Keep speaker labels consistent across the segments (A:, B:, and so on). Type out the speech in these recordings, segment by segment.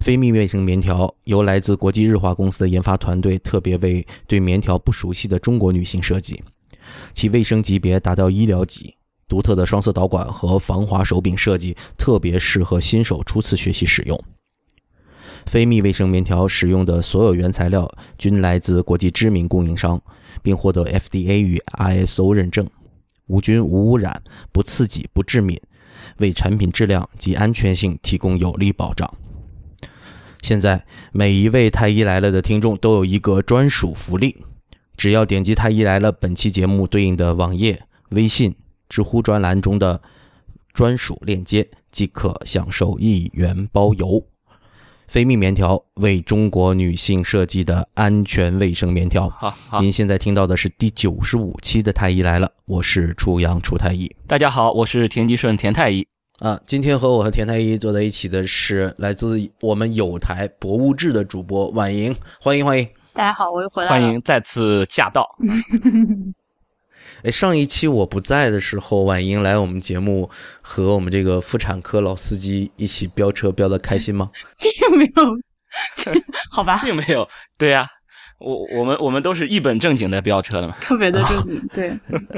A: 飞蜜卫生棉条由来自国际日华公司的研发团队特别为对棉条不熟悉的中国女性设计，其卫生级别达到医疗级。独特的双色导管和防滑手柄设计特别适合新手初次学习使用。飞蜜卫生棉条使用的所有原材料均来自国际知名供应商，并获得 FDA 与 ISO 认证，无菌、无污染、不刺激、不致敏，为产品质量及安全性提供有力保障。现在，每一位太医来了的听众都有一个专属福利，只要点击太医来了本期节目对应的网页、微信、知乎专栏中的专属链接，即可享受一元包邮。飞蜜棉条为中国女性设计的安全卫生棉条。
B: 好好，
A: 您现在听到的是第九十五期的太医来了，我是初阳楚太医。
B: 大家好，我是田吉顺田太医。
A: 啊，今天和我和田太医坐在一起的是来自我们有台博物志的主播婉莹，欢迎欢迎。
C: 大家好，我又回来了。
B: 欢迎再次驾到。
A: 哎，上一期我不在的时候，婉莹来我们节目和我们这个妇产科老司机一起飙车，飙得开心 吗？
C: 并没有，好吧，
B: 并没有，对呀、我我们我们都是一本正经的飙车的嘛。
C: 特别的正经。对，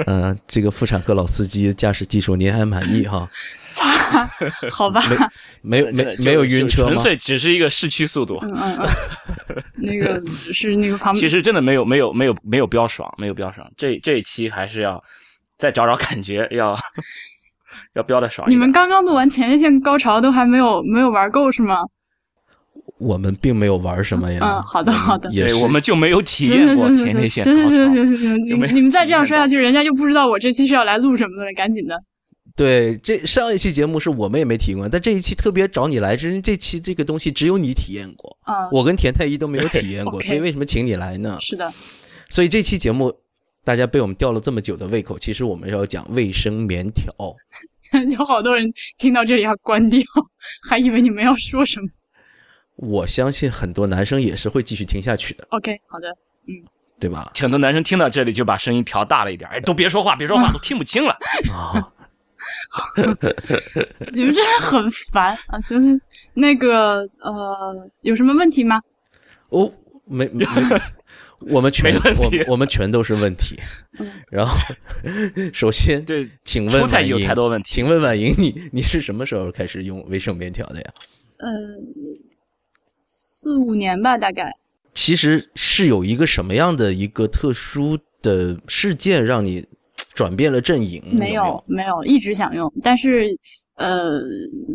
A: 嗯、这个妇产科老司机驾驶技术您还满意哈？
C: 好吧，
A: 没有
B: 真
A: 没
B: 的就
A: 没有
B: 就
A: 晕车
B: 纯
A: 吗？
B: 粹只是一个市区速度。
C: 嗯嗯嗯，那个是那个旁
B: 其
C: 边
B: 实真的没有没有没有没有飙爽，没有飙爽。这这一期还是要再找找感觉，要 要飙的爽一
C: 你
B: 点。
C: 们刚刚录完前列腺高潮都还没有没有玩够是吗？
A: 我们并没有玩什么呀。
C: 嗯好的好的
A: 也
B: 对
A: 是
B: 我们就没有体验
C: 行
B: 过
C: 行行
B: 前列腺
C: 行行
B: 高
C: 行
B: 潮。
C: 行行
B: 就
C: 行
B: 没有
C: 行，你们再这样
B: 体验
C: 说下去，人家就不知道我这期是要来录什么的了，赶紧的。
A: 对，这上一期节目是我们也没体验过，但这一期特别找你来，是因为这期这个东西只有你体验过，
C: 嗯，
A: 我跟田太医都没有体验 过，
C: OK
A: 所以为什么请你来呢？
C: 是的，
A: 所以这期节目大家被我们吊了这么久的胃口，其实我们要讲卫生棉条。
C: 有好多人听到这里要关掉，还以为你们要说什么。
A: 我相信很多男生也是会继续听下去的，
C: OK，好的，
A: 对 吧？
B: 很多男生听到这里就把声音调大了一点，哎，都别说话，
A: 嗯
B: 别说话，都听不清了。
A: 啊，
C: 你们真的很烦啊！行行，那个呃，有什么问题吗？
A: 哦，没 没，我们全
B: 没问
A: 我
B: 题
A: 我们全都是问题。然后， 首先，
B: 嗯对，
A: 请
B: 初
A: 问
B: 太
A: 婉
B: 有
A: 莹，
B: 太多问题。
A: 请问婉莹，你 你是什么时候开始用卫生棉条的呀？
C: 呃，四五年吧，大概。
A: 其实是有一个什么样的一个特殊的事件让你转变了阵营？嗯
C: 没
A: 有
C: 有，没有，一直想用，但是，呃，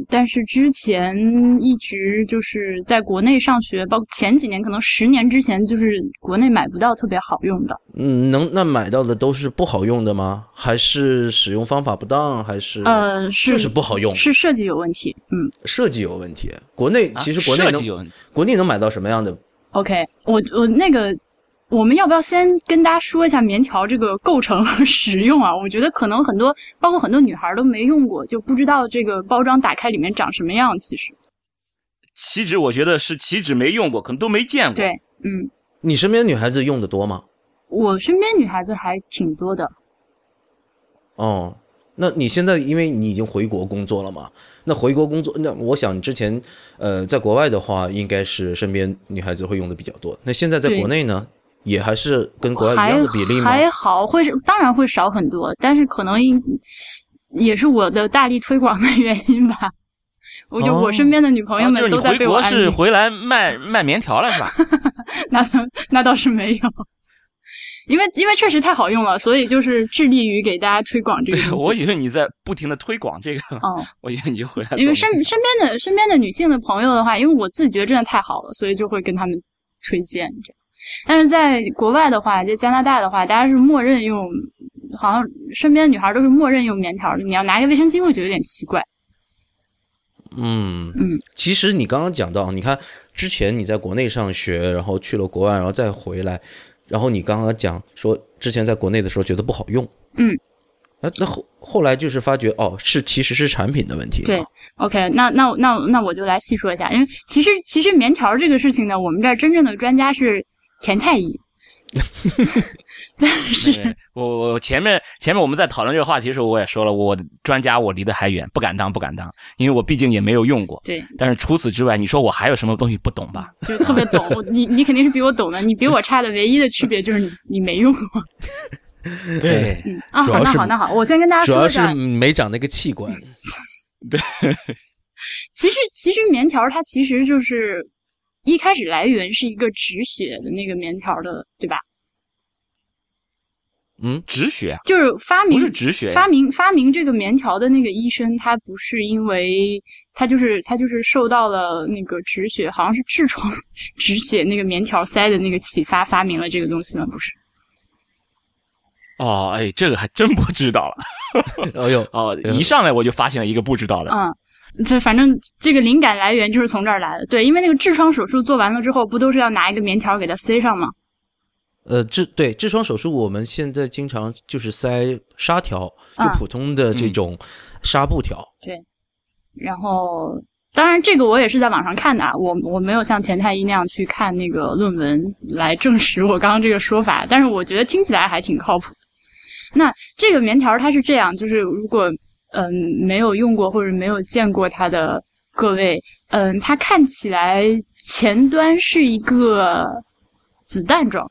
C: 但是之前一直就是在国内上学，包括前几年，可能十年之前，就是国内买不到特别好用的。
A: 嗯，能那买到的都是不好用的吗？还是使用方法不当？还是
C: 呃，是
A: 就是不好用，
C: 是设计有问题。嗯
A: 设计有问题？国内
B: 啊
A: 其实国内
B: 设
A: 能、
B: 计有问题
A: 国内能买到什么样的？
C: ，OK，我我那个。我们要不要先跟大家说一下棉条这个构成和使用啊？我觉得可能很多，包括很多女孩儿都没用过，就不知道这个包装打开里面长什么样。其实，
B: 岂止我觉得是岂止没用过，可能都没见过。啊
C: 对，嗯，
A: 你身边女孩子用的多吗？
C: 我身边女孩子还挺多的，
A: 哦，那你现在因为你已经回国工作了嘛？那回国工作，那我想你之前呃在国外的话，应该是身边女孩子会用的比较多。那现在在
C: 对
A: 国内呢，也还是跟国外
C: 还
A: 一样的比例吗？
C: 还好，会是当然会少很多，但是可能因也是我的大力推广的原因吧。 我就、
A: 哦
C: 我身边的女朋友
B: 啊就是
C: 们
B: 你
C: 都在
B: 回
C: 被我
B: 国
C: 安利，
B: 是回来卖卖棉条了是吧？
C: 那倒那倒是没有， 因为因为确实太好用了，所以就是致力于给大家推广这个
B: 对
C: 东，西。
B: 我以为你在不停的推广这个，
C: 嗯，
B: 我以为你就回来做。
C: 因为身身边的身边的女性的朋友的话，因为我自己觉得真的太好了，所以就会跟他们推荐这样。但是在国外的话，在加拿大的话，大家是默认用，好像身边的女孩都是默认用棉条的。你要拿一个卫生巾，会觉得有点奇怪。
A: 嗯
C: 嗯，
A: 其实你刚刚讲到，你看之前你在国内上学，然后去了国外，然后再回来，然后你刚刚讲说之前在国内的时候觉得不好用，
C: 嗯，
A: 那那后后来就是发觉哦，是其实是产品的问题嘛，
C: 对 OK，那那那那我就来细说一下，因为其实其实棉条这个事情呢，我们这儿真正的专家是田太医， 但
B: 对
C: 是
B: 我我我前面前面我们在讨论这个话题的时候，我也说了，我专家我离得还远，不敢当不敢当，因为我毕竟也没有用过。
C: 对，
B: 但是除此之外，你说我还有什么东西不懂吧？
C: 就特别懂，我你你肯定是比我懂的，你比我差的唯一的区别就是你你没用过。
B: 对，
C: 嗯啊，
A: 主
C: 好，
A: 要
C: 那
A: 是
C: 好，那好，我先跟大家
A: 主
C: 说
A: 要
C: 一下
A: 是，没长那个气管，
C: 其实其实棉条它其实就是一开始来源是一个止血的那个棉条的，对吧？
A: 嗯，
B: 止血啊
C: 就是发明
B: 不是止血呀
C: 发明发明这个棉条的那个医生，他不是因为他就是他就是受到了那个止血，好像是痔疮止血那个棉条塞的那个启发，发明了这个东西吗？不是，
B: 哦，哎，这个还真不知道了。
A: 哎呦，
B: 哦，一上来我就发现了一个不知道的。
C: 嗯。这反正这个灵感来源就是从这儿来的，对，因为那个痔疮手术做完了之后，不都是要拿一个棉条给它塞上吗？
A: 呃，痔对痔疮手术，我们现在经常就是塞纱条，就
C: 啊
A: 普通的这种纱布条，
C: 然后，当然这个我也是在网上看的啊，我我没有像田太医那样去看那个论文来证实我刚刚这个说法，但是我觉得听起来还挺靠谱的。那这个棉条它是这样，就是如果嗯没有用过或者没有见过它的各位，嗯，它看起来前端是一个子弹状，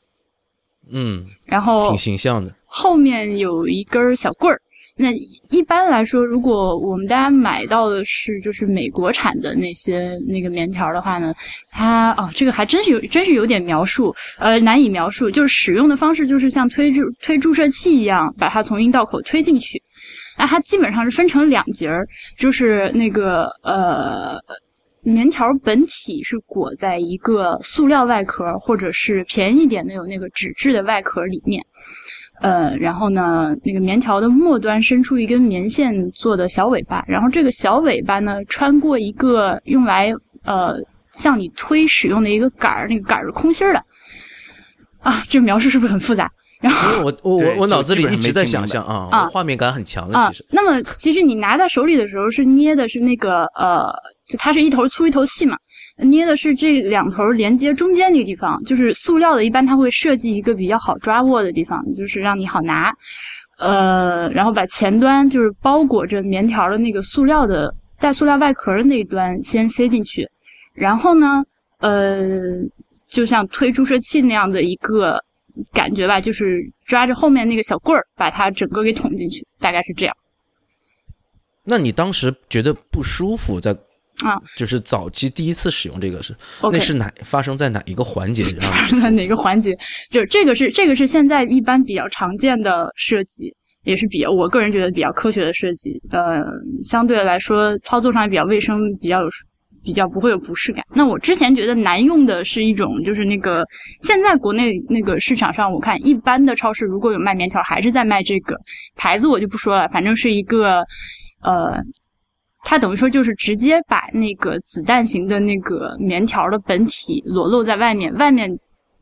A: 嗯，
C: 然后
A: 挺形象的，
C: 后面有一根儿小棍儿。那一般来说，如果我们大家买到的是就是美国产的那些那个棉条的话呢，它哦，这个还真是有真是有点描述，呃，难以描述，就是使用的方式就是像推注推注射器一样，把它从阴道口推进去。那它基本上是分成两节儿，就是那个呃，棉条本体是裹在一个塑料外壳或者是便宜一点的有那个纸质的外壳里面。呃，然后呢，那个棉条的末端伸出一根棉线做的小尾巴，然后这个小尾巴呢，穿过一个用来呃向你推使用的一个杆儿，那个杆儿是空心儿的。啊，这描述是不是很复杂？
A: 因 为我我我
B: 对
A: 我
B: 就
A: 脑子里
B: 基
A: 一
B: 本上
A: 直
B: 没
A: 在
B: 听
A: 想
B: 明白
A: 象啊，
C: 啊
A: 我画面感很强的，
C: 啊
A: 其实，，
C: 那么其实你拿在手里的时候是捏的是那个呃，就它是一头粗一头细嘛，捏的是这两头连接中间那个地方，就是塑料的，一般它会设计一个比较好抓握的地方，就是让你好拿。呃，然后把前端就是包裹着棉条的那个塑料的带塑料外壳的那一端先塞进去，然后呢，呃，就像推注射器那样的一个感觉吧，就是抓着后面那个小棍儿，把它整个给捅进去，大概是这样。
A: 那你当时觉得不舒服在？
C: 啊，
A: 就是早期第一次使用这个是
C: OK，
A: 那是哪发生在哪一个环节上？
C: 发生在哪个环节？就是这个是这个是现在一般比较常见的设计，也是比较我个人觉得比较科学的设计。呃，相对来说操作上也比较卫生，比较有比较不会有不适感。那我之前觉得难用的是一种，就是那个现在国内那个市场上，我看一般的超市如果有卖棉条，还是在卖这个牌子，我就不说了，反正是一个呃。它等于说就是直接把那个子弹型的那个棉条的本体裸露在外面，外面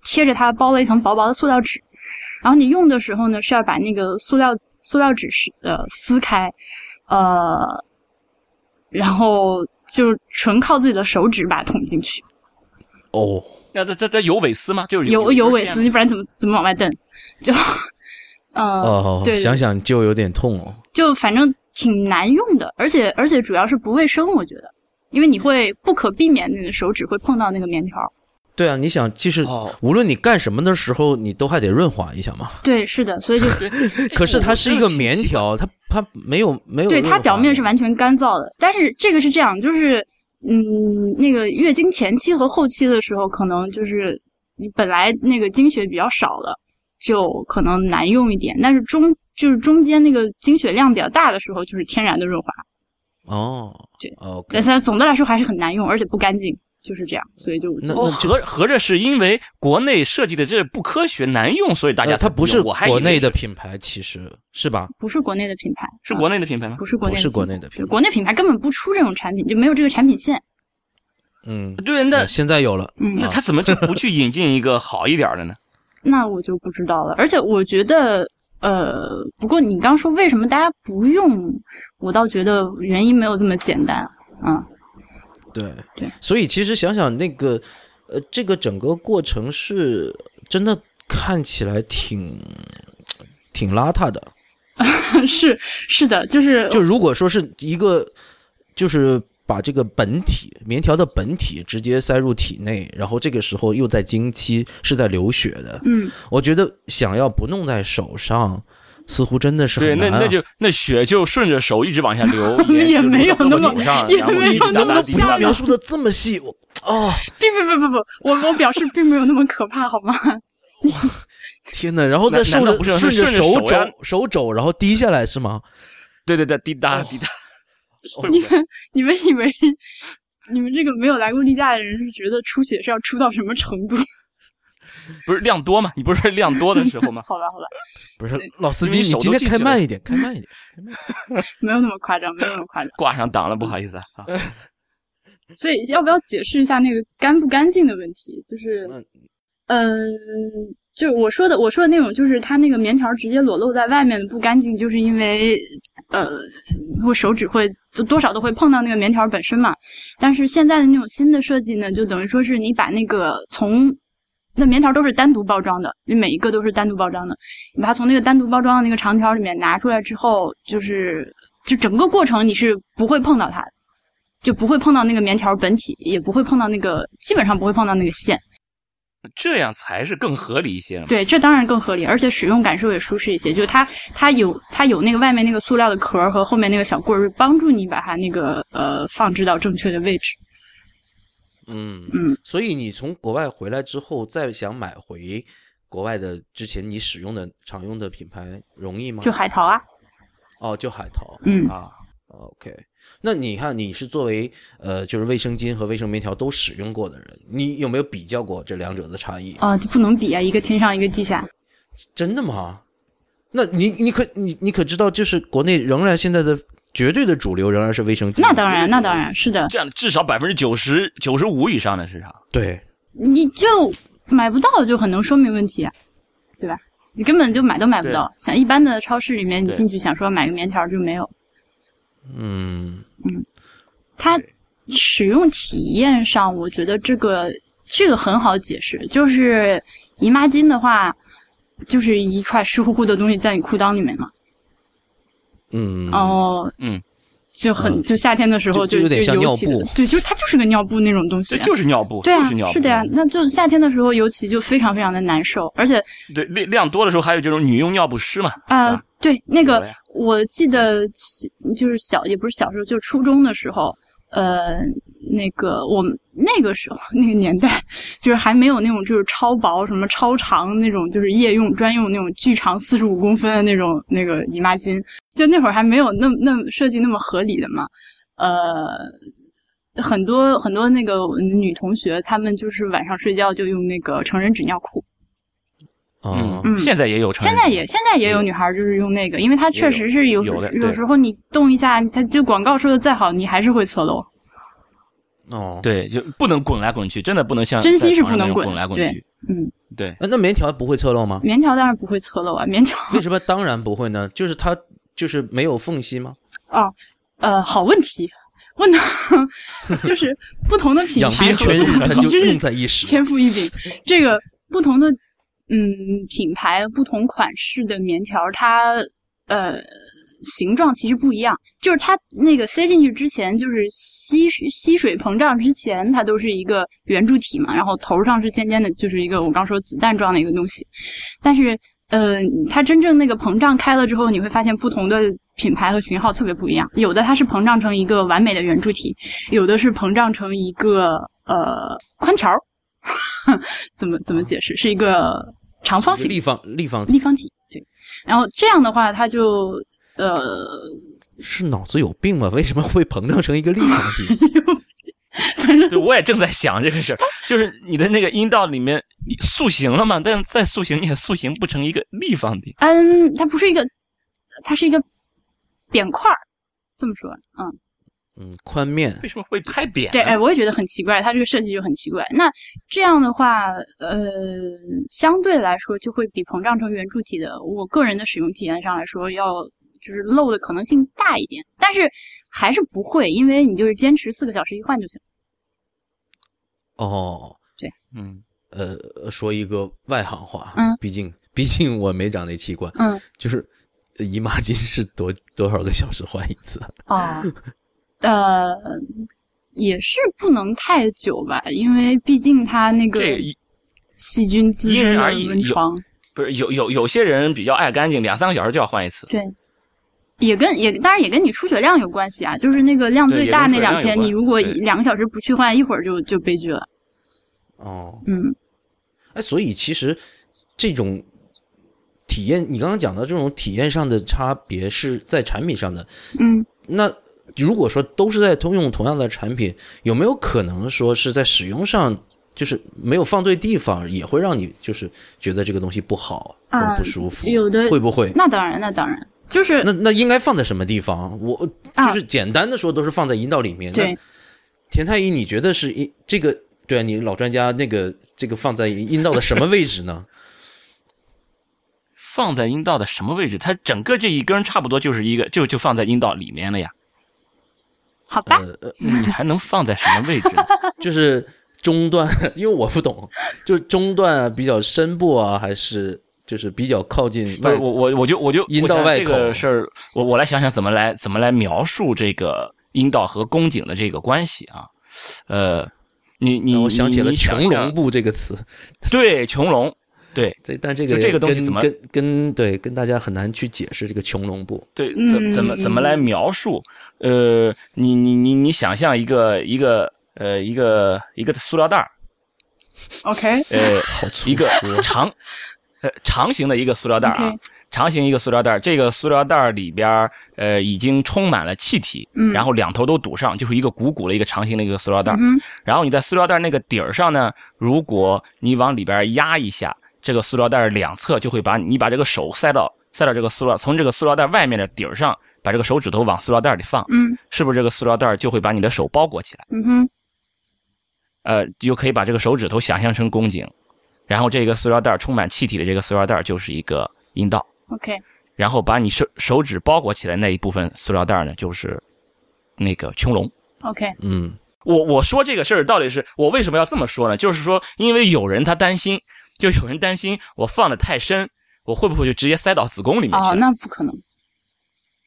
C: 贴着它包了一层薄薄的塑料纸，然后你用的时候呢，是要把那个塑料塑料纸是呃撕开，呃，然后就纯靠自己的手指把它捅进去，
A: 哦，
B: 那这这这有尾丝吗？就是
C: 有有
B: 有
C: 尾丝，，不然怎么怎么往外蹬？就，呃，
A: 哦
C: 对，对
A: 想想就有点痛哦。
C: 就反正挺难用的，而且而且主要是不卫生，我觉得，因为你会不可避免的手指会碰到那个棉条。
A: 对啊，你想，就是
B: 哦
A: 无论你干什么的时候，你都还得润滑一下嘛。
C: 对，哎是的，所以就
A: 可是它是一个棉条，它它没有没有
C: 对
A: 润滑的。
C: 它表面是完全干燥的，但是这个是这样，就是嗯，那个月经前期和后期的时候，可能就是你本来那个经血比较少了，就可能难用一点，但是中就是中间那个经血量比较大的时候，就是天然的润滑，
A: 哦
C: 对。
A: OK，
C: 但是总的来说还是很难用，而且不干净。就是这样，所以就
A: 那
B: 哦，合合着是因为国内设计的这不科学难用，所以大家
A: 呃它
B: 才
A: 不
B: 用
A: 是
B: 我还以
A: 国
B: 为
A: 内
B: 是
A: 的品牌，其实是吧？
C: 不是国内的品牌，
B: 是
C: 啊
B: 国内的品牌吗？
C: 不是国内
A: 不
C: 的
A: 是国
C: 品
A: 内的
C: 牌
A: 品牌，
C: 国内品牌根本不出这种产品，就没有这个产品线。
A: 嗯，
B: 对，那
A: 呃现在有了，
C: 嗯
B: 那他怎么就不去引进一个好一点的 呢？
C: 那我就不知道了。而且我觉得，呃，不过你刚说为什么大家不用，我倒觉得原因没有这么简单。 嗯，
A: 对
C: 对，
A: 所以其实想想那个，呃，这个整个过程是真的看起来挺挺邋遢的。
C: 是是的， 就是
A: 就如果说是一个，就是把这个本体棉条的本体直接塞入体内，然后这个时候又在经期是在流血的，
C: 嗯，
A: 我觉得想要不弄在手上，似乎真的是
B: 对，
A: 很
B: 那
A: 难、啊。
B: 那就那血就顺着手一直往下 流，
C: 们也没有那么
B: 扭上，
C: 也
B: 然后
C: 没
B: 滴
A: 你
C: 有
B: 滴
A: 能
B: 答
A: 不
B: 答
A: 能
B: 滴
A: 不
B: 滴答
A: 要
B: 答
A: 描。述的这么细？我哦，
C: 不不不不不，我我表示并没有那么可怕，好吗？
A: 天哪！然后再
B: 难
A: 顺
B: 难
A: 着
B: 道不是
A: 顺
B: 顺着
A: 手
B: 手呀
A: 肘手肘，然后滴下来是吗？
B: 对对对，滴
C: 嗯
B: 答滴答。会不
C: 你
B: 会
C: 们你们以为你们这个没有来过例假的人是觉得出血是要出到什么程度？？
B: 不是量多吗？你不是量多的时候吗
C: 好吧好吧，
A: 不是，老司
B: 因
A: 机，
B: 为
A: 你
B: 手
A: 今
B: 都
A: 天
B: 进
A: 开
B: 去
A: 慢
B: 了
A: 一点，开慢一点。
C: 没有那么夸张，没有那么夸张。
B: 挂上档了，不好意思啊。
C: 嗯
B: 啊
C: 所以要不要解释一下那个干不干净的问题？就是，嗯、就我说的我说的那种，就是它那个棉条直接裸露在外面的不干净，就是因为呃，我手指会多少都会碰到那个棉条本身嘛。但是现在的那种新的设计呢，就等于说是你把那个从那棉条都是单独包装的，你每一个都是单独包装的，你把它从那个单独包装的那个长条里面拿出来之后，就是就整个过程你是不会碰到它的。就不会碰到那个棉条本体，也不会碰到那个，基本上不会碰到那个线。
B: 这样才是更合理一些嘛。
C: 对，这当然更合理，而且使用感受也舒适一些。就它，它有它有那个外面那个塑料的壳儿和后面那个小棍儿，帮助你把它那个呃放置到正确的位置。
A: 嗯
C: 嗯，
A: 所以你从国外回来之后，再想买回国外的之前你使用的常用的品牌容易吗？
C: 就海淘啊，
A: 哦，就海淘。哦
C: 嗯，
B: 啊，
A: OK，那你看你是作为呃，就是卫生巾和卫生棉条都使用过的人，你有没有比较过这两者的差异？
C: 啊、就不能比啊，一个天上一个地下。
A: 真的吗？那你你可你你可知道，就是国内仍然现在的绝对的主流仍然是卫生巾。
C: 那当然，那当然是的，
B: 这样至少百分之九十九十五以上的市场。
A: 对，
C: 你就买不到就很能说明问题啊，对吧？你根本就买都买不到，像一般的超市里面，你
B: 对
C: 进去想说买个棉条就没有。
A: 嗯，
C: 它
B: 对
C: 使用体验上，我觉得这个这个很好解释，就是姨妈巾的话，就是一块湿乎乎的东西在你裤裆里面嘛，
A: 嗯，
C: 然后
B: 嗯，
C: 就很
A: 嗯
C: 就夏天的时候
A: 就
C: 就
A: 就有点像
C: 尤其的
A: 尿布
C: 对，就是它就是个尿布那种东西
B: 这。就是尿布，
C: 对啊
B: 就是尿，布。
C: 是的呀，那就夏天的时候，尤其就非常非常的难受，而且
B: 对，量量多的时候还有这种女用尿不湿嘛。
C: 啊、
B: 是吧
C: 对，那
B: 有
C: 个
B: 呀
C: 我记得起就是小也不是小时候，就是初中的时候，呃，那个我们那个时候 那个年代，就是还没有那种就是超薄什么超长那种就是夜用专用那种巨长四十五公分的那种那个姨妈巾，就那会儿还没有那么那么设计那么合理的嘛，呃。很多很多那个女同学，她们就是晚上睡觉就用那个成人纸尿裤，
A: 啊，
C: 嗯
B: 现在也有成
C: 现
B: 人，
C: 在也现在也
A: 嗯
C: 有女孩儿就是用那个，因为它确实是有
B: 有的对
C: 有时候你动一下，它就广告说的再好，你还是会侧漏。
A: 哦，
C: 嗯
B: 对，就不能滚来滚去，真的不能像
C: 真心是
B: 在床上
C: 不能
B: 那种滚
C: 滚
B: 来滚
C: 对
B: 去。
C: 嗯，
B: 对，
A: 啊，那棉条不会侧漏吗？
C: 棉条当然不会侧漏啊，棉条
A: 为什么当然不会呢？就是它就是没有缝隙 吗？
C: 呃，好问题，问的 就是不同的品
A: 养
C: 牌
A: 兵
C: 和
A: 全
C: 不
A: 用，它
C: 同的
A: 就
C: 就是
A: 用在一时。
C: 天赋异禀。这个不同的嗯品牌、不同款式的棉条，它呃形状其实不一样，就是它那个塞进去之前，就是吸水吸水膨胀之前，它都是一个圆柱体嘛，然后头上是尖尖的，就是一个我刚说子弹状的一个东西，但是。呃，它真正那个膨胀开了之后，你会发现不同的品牌和型号特别不一样。有的它是膨胀成一个完美的圆柱体，有的是膨胀成一个呃宽条儿， 怎么怎么解释？是一个长方
A: 一个
C: 形
A: 立方立方
C: 立方体，对。然后这样的话，它就呃，
A: 是脑子有病吗？为什么会膨胀成一个立方体？
B: 对，我也正在想这个事儿，就是你的那个阴道里面你塑形了嘛，但再塑形你也塑形不成一个立方体。
C: 嗯，它不是一个，它是一个扁块儿，这么说，嗯，
A: 嗯，宽面
B: 为什么会拍扁？
C: 对，哎，我也觉得很奇怪，它这个设计就很奇怪。那这样的话，呃，相对来说就会比膨胀成圆柱体的，我个人的使用体验上来说，要就是漏的可能性大一点，但是还是不会，因为你就是坚持四个小时一换就行。
A: 哦，
B: 嗯，
A: 呃，说一个外行话，
C: 嗯
A: 毕竟毕竟我没长那器官，
C: 嗯，
A: 就是呃姨妈巾是多多少个小时换一次？
C: 哦， 呃，也是不能太久吧，因为毕竟它那个
B: 这个一
C: 细菌滋
B: 因
C: 生
B: 人
C: 的
B: 而异
C: 温
B: 有
C: 床，
B: 不是有有有些人比较爱干净，两三个小时就要换一次。
C: 对，也跟也当然也跟你出血量有关系啊，就是那个量
B: 对
C: 最
B: 也
C: 大
B: 跟
C: 那
B: 出血
C: 两
B: 量有
C: 天，
B: 关
C: 你如果
B: 对
C: 一两个小时不去换，一会儿就就悲剧了。
A: 哦，
C: 嗯，
A: 哎，所以其实这种体验，你刚刚讲的这种体验上的差别是在产品上的。
C: 嗯，
A: 那如果说都是在通用同样的产品，有没有可能说是在使用上就是没有放对地方，也会让你就是觉得这个东西不好，或者
C: 啊
A: 不舒服？
C: 有的
A: 会不会？
C: 那当然，那当然，就是
A: 那那应该放在什么地方？我
C: 啊
A: 就是简单的说，都是放在阴道里面。
C: 对，
A: 田太医，你觉得是一这个？对啊，你老专家，那个这个放在阴道的什么位置呢？
B: 放在阴道的什么位置？它整个这一根差不多就是一个，就就放在阴道里面了呀。
C: 好吧，
A: 呃，呃
B: 你还能放在什么位置呢？
A: 就是中段， 因为我不懂，就是中段啊，比较深部啊，还是就是比较靠近
B: 不
A: 外
B: 是我我我就我就
A: 阴道
B: 我想
A: 外
B: 这个
A: 口
B: 事儿，我我来想想怎么来怎么来描述这个阴道和宫颈的这个关系啊。呃，你你
A: 让我想起了“
B: 你想
A: 穹
B: 象
A: 隆部”这个词。
B: 对穹隆，对
A: 这但这个
B: 就这个东西
A: 跟
B: 怎么
A: 跟跟对跟大家很难去解释这个穹隆部。
B: 对，
C: 嗯
B: 怎怎么怎么来描述？呃，你你你你想象一个一个呃一个一个塑料袋儿，
C: ，OK，
B: 呃，
A: 哎好粗
B: 一个 长呃长形的一个塑料袋儿啊
C: OK
B: 长形一个塑料袋儿，这个塑料袋儿里边儿呃已经充满了气体，
C: 嗯
B: 然后两头都堵上，就是一个鼓鼓的一个长形的一个塑料袋儿。
C: 嗯
B: 然后你在塑料袋儿那个底儿上呢，如果你往里边儿压一下，这个塑料袋儿两侧就会把你把这个手塞到塞到这个塑料，从这个塑料袋儿外面的底儿上，把这个手指头往塑料袋儿里放，
C: 嗯
B: 是不是这个塑料袋儿就会把你的手包裹起来？
C: 嗯哼，
B: 呃，就可以把这个手指头想象成宫颈，然后这个塑料袋儿充满气体的这个塑料袋儿就是一个阴道，
C: ，OK，
B: 然后把你手手指包裹起来那一部分塑料袋儿呢，就是那个穹隆。
C: OK，
A: 嗯，
B: 我我说这个事儿到底是我为什么要这么说呢？就是说，因为有人他担心，就有人担心我放的太深，我会不会就直接塞到子宫里面去
C: 哦，
B: 了？
C: 那不可能，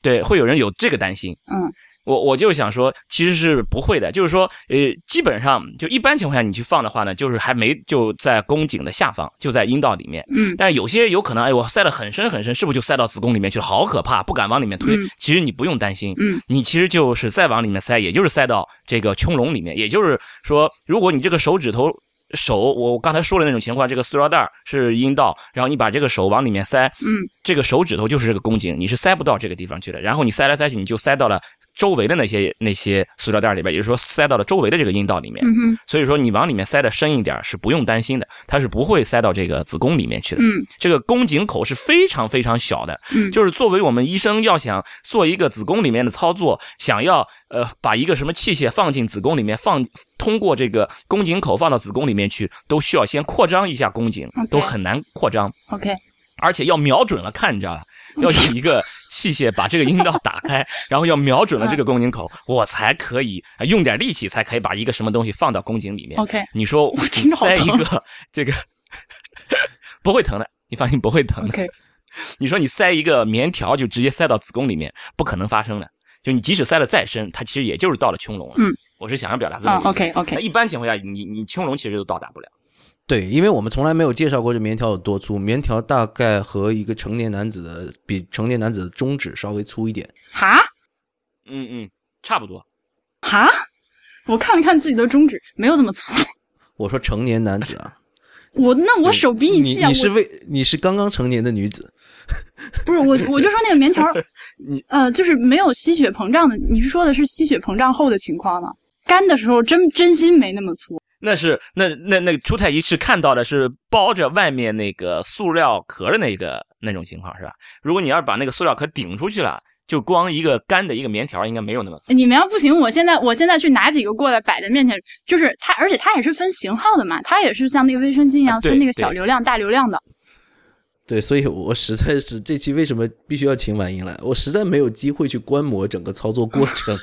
B: 对，会有人有这个担心。
C: 嗯
B: 我我就想说，其实是不会的，就是说，呃，基本上就一般情况下，你去放的话呢，就是还没就在宫颈的下方，就在阴道里面。
C: 嗯
B: 但是有些有可能，哎，我塞得很深很深，是不是就塞到子宫里面去了？好可怕，不敢往里面推。
C: 嗯
B: 其实你不用担心，
C: 嗯
B: 你其实就是再往里面塞，也就是塞到这个穹隆里面。也就是说，如果你这个手指头手，我我刚才说的那种情况，这个塑料袋儿是阴道，然后你把这个手往里面塞，
C: 嗯
B: 这个手指头就是这个宫颈，你是塞不到这个地方去的。然后你塞来塞去，你就塞到了周围的那些那些塑料袋儿里边，也就是说塞到了周围的这个阴道里面。
C: 嗯哼，
B: 所以说你往里面塞的深一点儿是不用担心的，它是不会塞到这个子宫里面去的。
C: 嗯
B: 这个宫颈口是非常非常小的，
C: 嗯
B: 就是作为我们医生要想做一个子宫里面的操作，想要呃把一个什么器械放进子宫里面，放通过这个宫颈口放到子宫里面去，都需要先扩张一下宫颈
C: OK
B: 都很难扩张，
C: ，OK，
B: 而且要瞄准了看，你知道吧？ 要有一个器械把这个阴道打开，然后要瞄准了这个宫颈口，
C: 嗯
B: 我才可以呃用点力气，才可以把一个什么东西放到宫颈里面。
C: OK
B: 你说我
C: 哦听着好
B: 塞一
C: 疼啊
B: 个这个 不会疼的，你放心不会疼的。
C: OK，
B: 你说你塞一个棉条就直接塞到子宫里面，不可能发生的。就你即使塞的再深，它其实也就是到了穹隆了。
C: 嗯，
B: 我是想要表达这
C: 啊
B: 么一个意思。那
C: OK，OK，
B: 一般情况下，你你穹隆其实都到达不了。
A: 对，因为我们从来没有介绍过这棉条有多粗，棉条大概和一个成年男子的比成年男子的中指稍微粗一点。
C: 哈
B: 嗯嗯，差不多。
C: 哈， 我看了看自己的中指，没有这么粗。
A: 我说成年男子 啊，
C: 我那我手比
A: 你
C: 细啊，
A: 你是
C: 我
A: 为你是刚刚成年的女子，
C: 不是我我就说那个棉条儿
B: 你
C: 呃，就是没有吸血膨胀的，你是说的是吸血膨胀后的情况吗？干的时候真真心没那么粗。
B: 那是那那那出太医是看到的是包着外面那个塑料壳的那个那种情况是吧？如果你要是把那个塑料壳顶出去了，就光一个干的一个棉条，应该没有那么粗。
C: 你们要不行，我现在我现在去拿几个过来摆在面前，就是它，而且它也是分型号的嘛，它也是像那个卫生巾一样
B: 啊对
C: 分那个小流量、大流量的。
A: 对，所以我实在是这期为什么必须要请婉莹来？我实在没有机会去观摩整个操作过 程。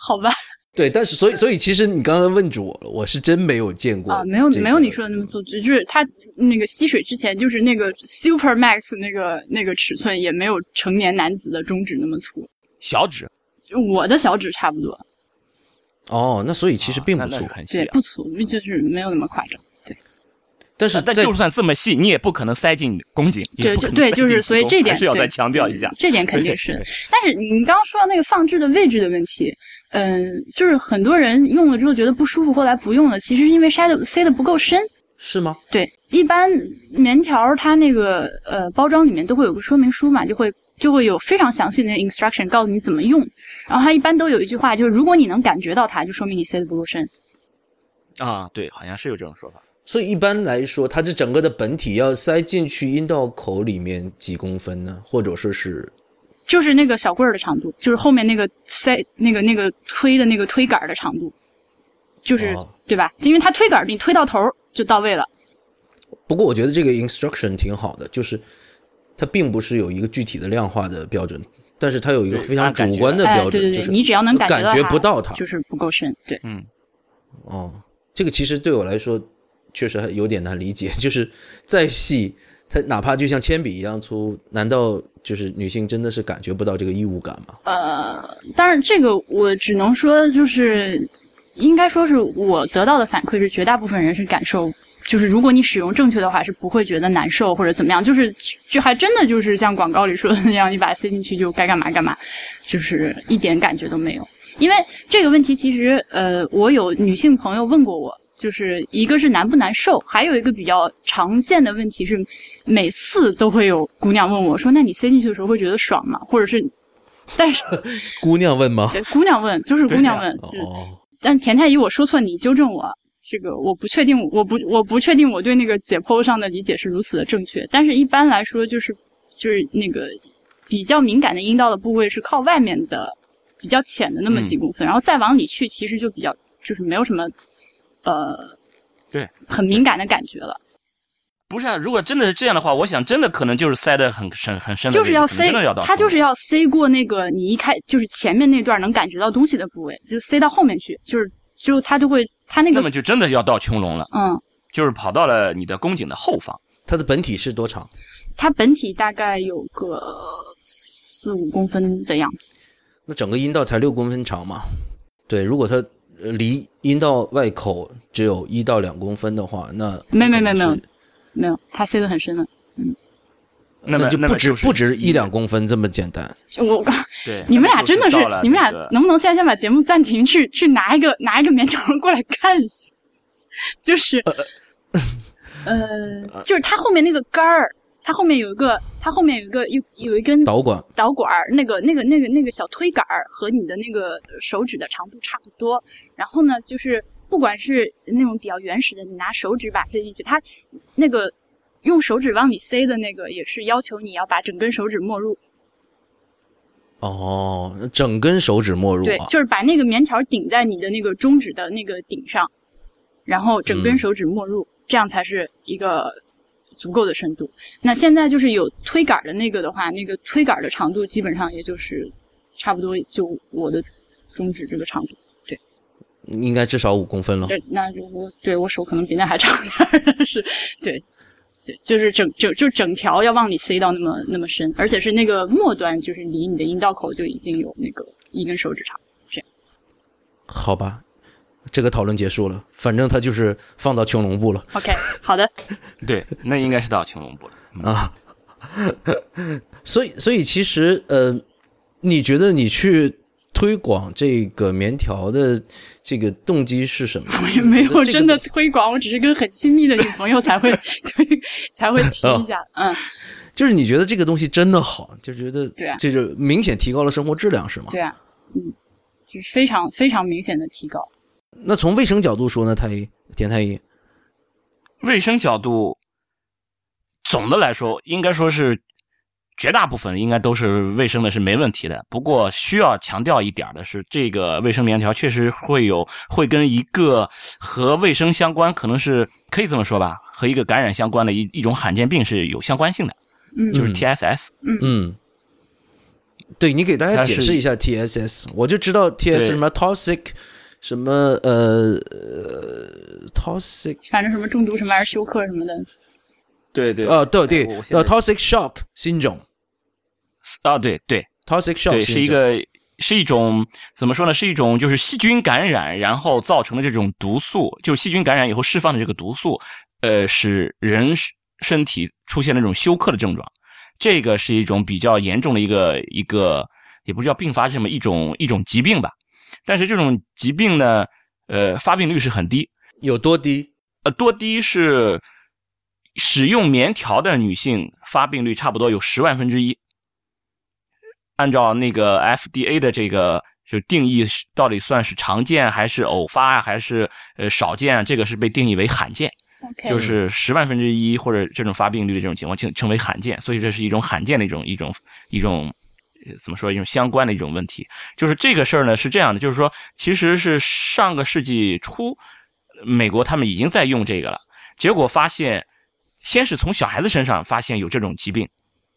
C: 好吧，
A: 对，但是所以所以其实你刚刚问住我了，我是真没有见过
C: 啊，没有
A: 这个
C: 没有你说的那么粗，只是它那个吸水之前就是那个 Super Max 那个那个尺寸也没有成年男子的中指那么粗，
B: 小指
C: 我的小指差不多，
A: 哦，那所以其实并
B: 啊
A: 不
B: 那
A: 错。
B: 那是很细、
C: 对，
B: 啊。
C: 不粗，就是没有那么夸张。
A: 但是
B: 但
A: 在
B: 就算这么细，你也不可能塞进宫颈，也
C: 对
B: 不可
C: 就
B: 能
C: 对，
B: 塞
C: 就
B: 进
C: 是
B: 子
C: 所以
B: 宫
C: 这点
B: 还是要
C: 对
B: 再强调一下。
C: 这点肯定是。但是你刚刚说到那个放置的位置的问题，嗯、就是很多人用了之后觉得不舒服，后来不用了，其实是因为塞的塞的不够深。
A: 是吗？
C: 对，一般棉条儿它那个呃包装里面都会有个说明书嘛，就会就会有非常详细的 instruction 告诉你怎么用。然后它一般都有一句话，就是如果你能感觉到它，就说明你塞的不够深。
B: 啊，对，好像是有这种说法。
A: 所以一般来说，它这整个的本体要塞进去阴道口里面几公分呢？或者说是
C: 就是那个小棍儿的长度，就是后面那个塞那个那个推的那个推杆儿的长度，就是、
A: 哦
C: 对吧？因为它推杆儿，你推到头儿就到位了。
A: 不过我觉得这个 instruction 挺好的，就是它并不是有一个具体的量化的标准，但是它有一个
B: 对
A: 非常
B: 按感
A: 主
B: 觉
A: 观的
C: 哎，
A: 标
C: 对
A: 准，
C: 对对，
A: 就是
C: 你只要能
A: 感
C: 觉到
A: 觉
C: 它
A: 不到它
C: 就是不够深。对，
B: 嗯，
A: 哦，这个其实对我来说确实还有点难理解， 就是再细，它哪怕就像铅笔一样粗，难道就是女性真的是感觉不到这个异物感吗？
C: 呃，当然这个我只能说就是，应该说是我得到的反馈是，绝大部分人是感受。就是如果你使用正确的话，是不会觉得难受或者怎么样。就是就还真的就是像广告里说的那样，你把它塞进去就该干嘛干嘛，就是一点感觉都没有。因为这个问题，其实呃，我有女性朋友问过我，就是一个是难不难受，还有一个比较常见的问题是，每次都会有姑娘问我说：“那你塞进去的时候会觉得爽吗？”或者是，但是
A: 姑娘问吗？
C: 对姑娘问，就是姑娘问，就是
A: 哦，
C: 但是田太医，我说错，你纠正我。这个我不确定，我不我不确定我对那个解剖上的理解是如此的正确。但是一般来说，就是就是那个比较敏感的阴道的部位是靠外面的比较浅的那么
B: 嗯
C: 几公分，然后再往里去，其实就比较就是没有什么呃
B: 对
C: 很敏感的感觉了，
B: 不是啊，如果真的是这样的话，我想真的可能就是塞的很深很深的
C: 就
B: 位置，
C: 是要
B: 可能
C: 塞
B: 真的要到，
C: 它就是
B: 要
C: 要塞过那个你一开就是前面那段能感觉到东西的部位，就塞到后面去，就是就它就会它那
B: 那
C: 个
B: 么就真的要到穹窿了，
C: 嗯。
B: 就是跑到了你的宫颈的后方。
A: 它的本体是多长？
C: 它本体大概有个四五公分的样子。
A: 那整个阴道才六公分长嘛？对，如果它呃离阴道外口只有一到两公分的话，那
C: 没没
A: 可能
C: 没没有
A: 是
C: 没有，它塞得很深的。
B: 那么
A: 就
B: 那
A: 不
B: 么
A: 止
B: 就是
A: 不止一
B: 一
A: 两公分这么简单。
C: 我
B: 对，
C: 你们
B: 那
C: 俩
B: 就
C: 真的是
B: 到了，
C: 你们俩
B: 这个
C: 能不能现在先把节目暂停去， 去拿一个拿一个棉条过来看一下？ 就是，呃，就是它后面那个杆儿，它后面有一个，它后面有一个有有一根
A: 导管
C: 导管儿，那个那个那个那个小推杆儿和你的那个手指的长度差不多。然后呢，就是不管是那种比较原始的，你拿手指把塞进去，它那个用手指往里塞的那个也是要求你要把整根手指没入，
A: 哦，那整根手指没入
C: 对，
A: 啊。
C: 就是把那个棉条顶在你的那个中指的那个顶上，然后整根
A: 嗯
C: 手指没入，这样才是一个足够的深度。那现在就是有推杆儿的那个的话，那个推杆儿的长度基本上也就是差不多就我的中指这个长度。
A: 应该至少五公分了。
C: 对，那就我对我手可能比那还长点儿， 是，对，对，就是整整就整条要往里塞到那么那么深，而且是那个末端，就是离你的阴道口就已经有那个一根手指长。
A: 好吧，这个讨论结束了，反正它就是放到穹窿部了
C: OK，好的，
B: 对，那应该是到穹窿部了。
C: 嗯
A: 啊。 所以，所以其实，呃，你觉得你去推广这个棉条的这个动机是什么？
C: 我也没有
A: 这个
C: 真的推广，我只是跟很亲密的女朋友才会推才会提一下。嗯，
A: 就是你觉得这个东西真的好，就觉得
C: 对啊
A: 这就明显提高了生活质量，是吗？
C: 对啊，就是非常非常明显的提高。
A: 那从卫生角度说呢，太医田太医，
B: 卫生角度，总的来说应该说是绝大部分应该都是卫生的是没问题的。不过需要强调一点的是，这个卫生棉条确实会有会跟一个和卫生相关，可能是可以这么说吧，和一个感染相关的一一种罕见病是有相关性的，
C: 嗯，
B: 就是
A: 嗯
B: TSS。
A: 嗯，对你给大家
B: 它是
A: 解释一下 TSS，我就知道 TS
B: 对
A: 什么 toxic，什么呃呃 toxic
C: 反正什么中毒什么还是休克什么的，
B: 对对
A: 呃对对
B: 哎我我现在
A: 呃 toxic shock 新种
B: 啊，对对，
A: toxic shock
B: 对，是
A: 新
B: 一
A: 种
B: 个是一种怎么说呢？是一种就是细菌感染然后造成的这种毒素，就是细菌感染以后释放的这个毒素，呃，使人是身体出现那种休克的症状。这个是一种比较严重的一个一个，也不是叫并发症吧，一种一种疾病吧。但是这种疾病呢，呃，发病率是很低，
A: 有多低？
B: 呃，多低是使用棉条的女性发病率差不多有十万分之一。按照那个 FDA 的这个就定义是，到底算是常见还是偶发啊，还是呃少见啊？这个是被定义为罕见，
C: OK，
B: 就是十万分之一或者这种发病率的这种情况称称为罕见，所以这是一种罕见的一种一种一种。呃怎么说？一种相关的一种问题，就是这个事儿呢是这样的，就是说，其实是上个世纪初，美国他们已经在用这个了，结果发现，先是从小孩子身上发现有这种疾病，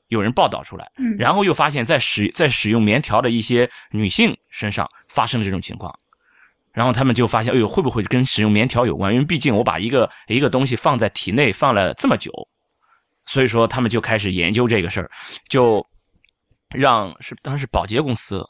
B: 有人报道出来，
C: 嗯
B: 然后又发现在使在使用棉条的一些女性身上发生了这种情况，然后他们就发现，哎呦，会不会跟使用棉条有关？因为毕竟我把一个一个东西放在体内放了这么久，所以说他们就开始研究这个事儿，就让是当时是保洁公司。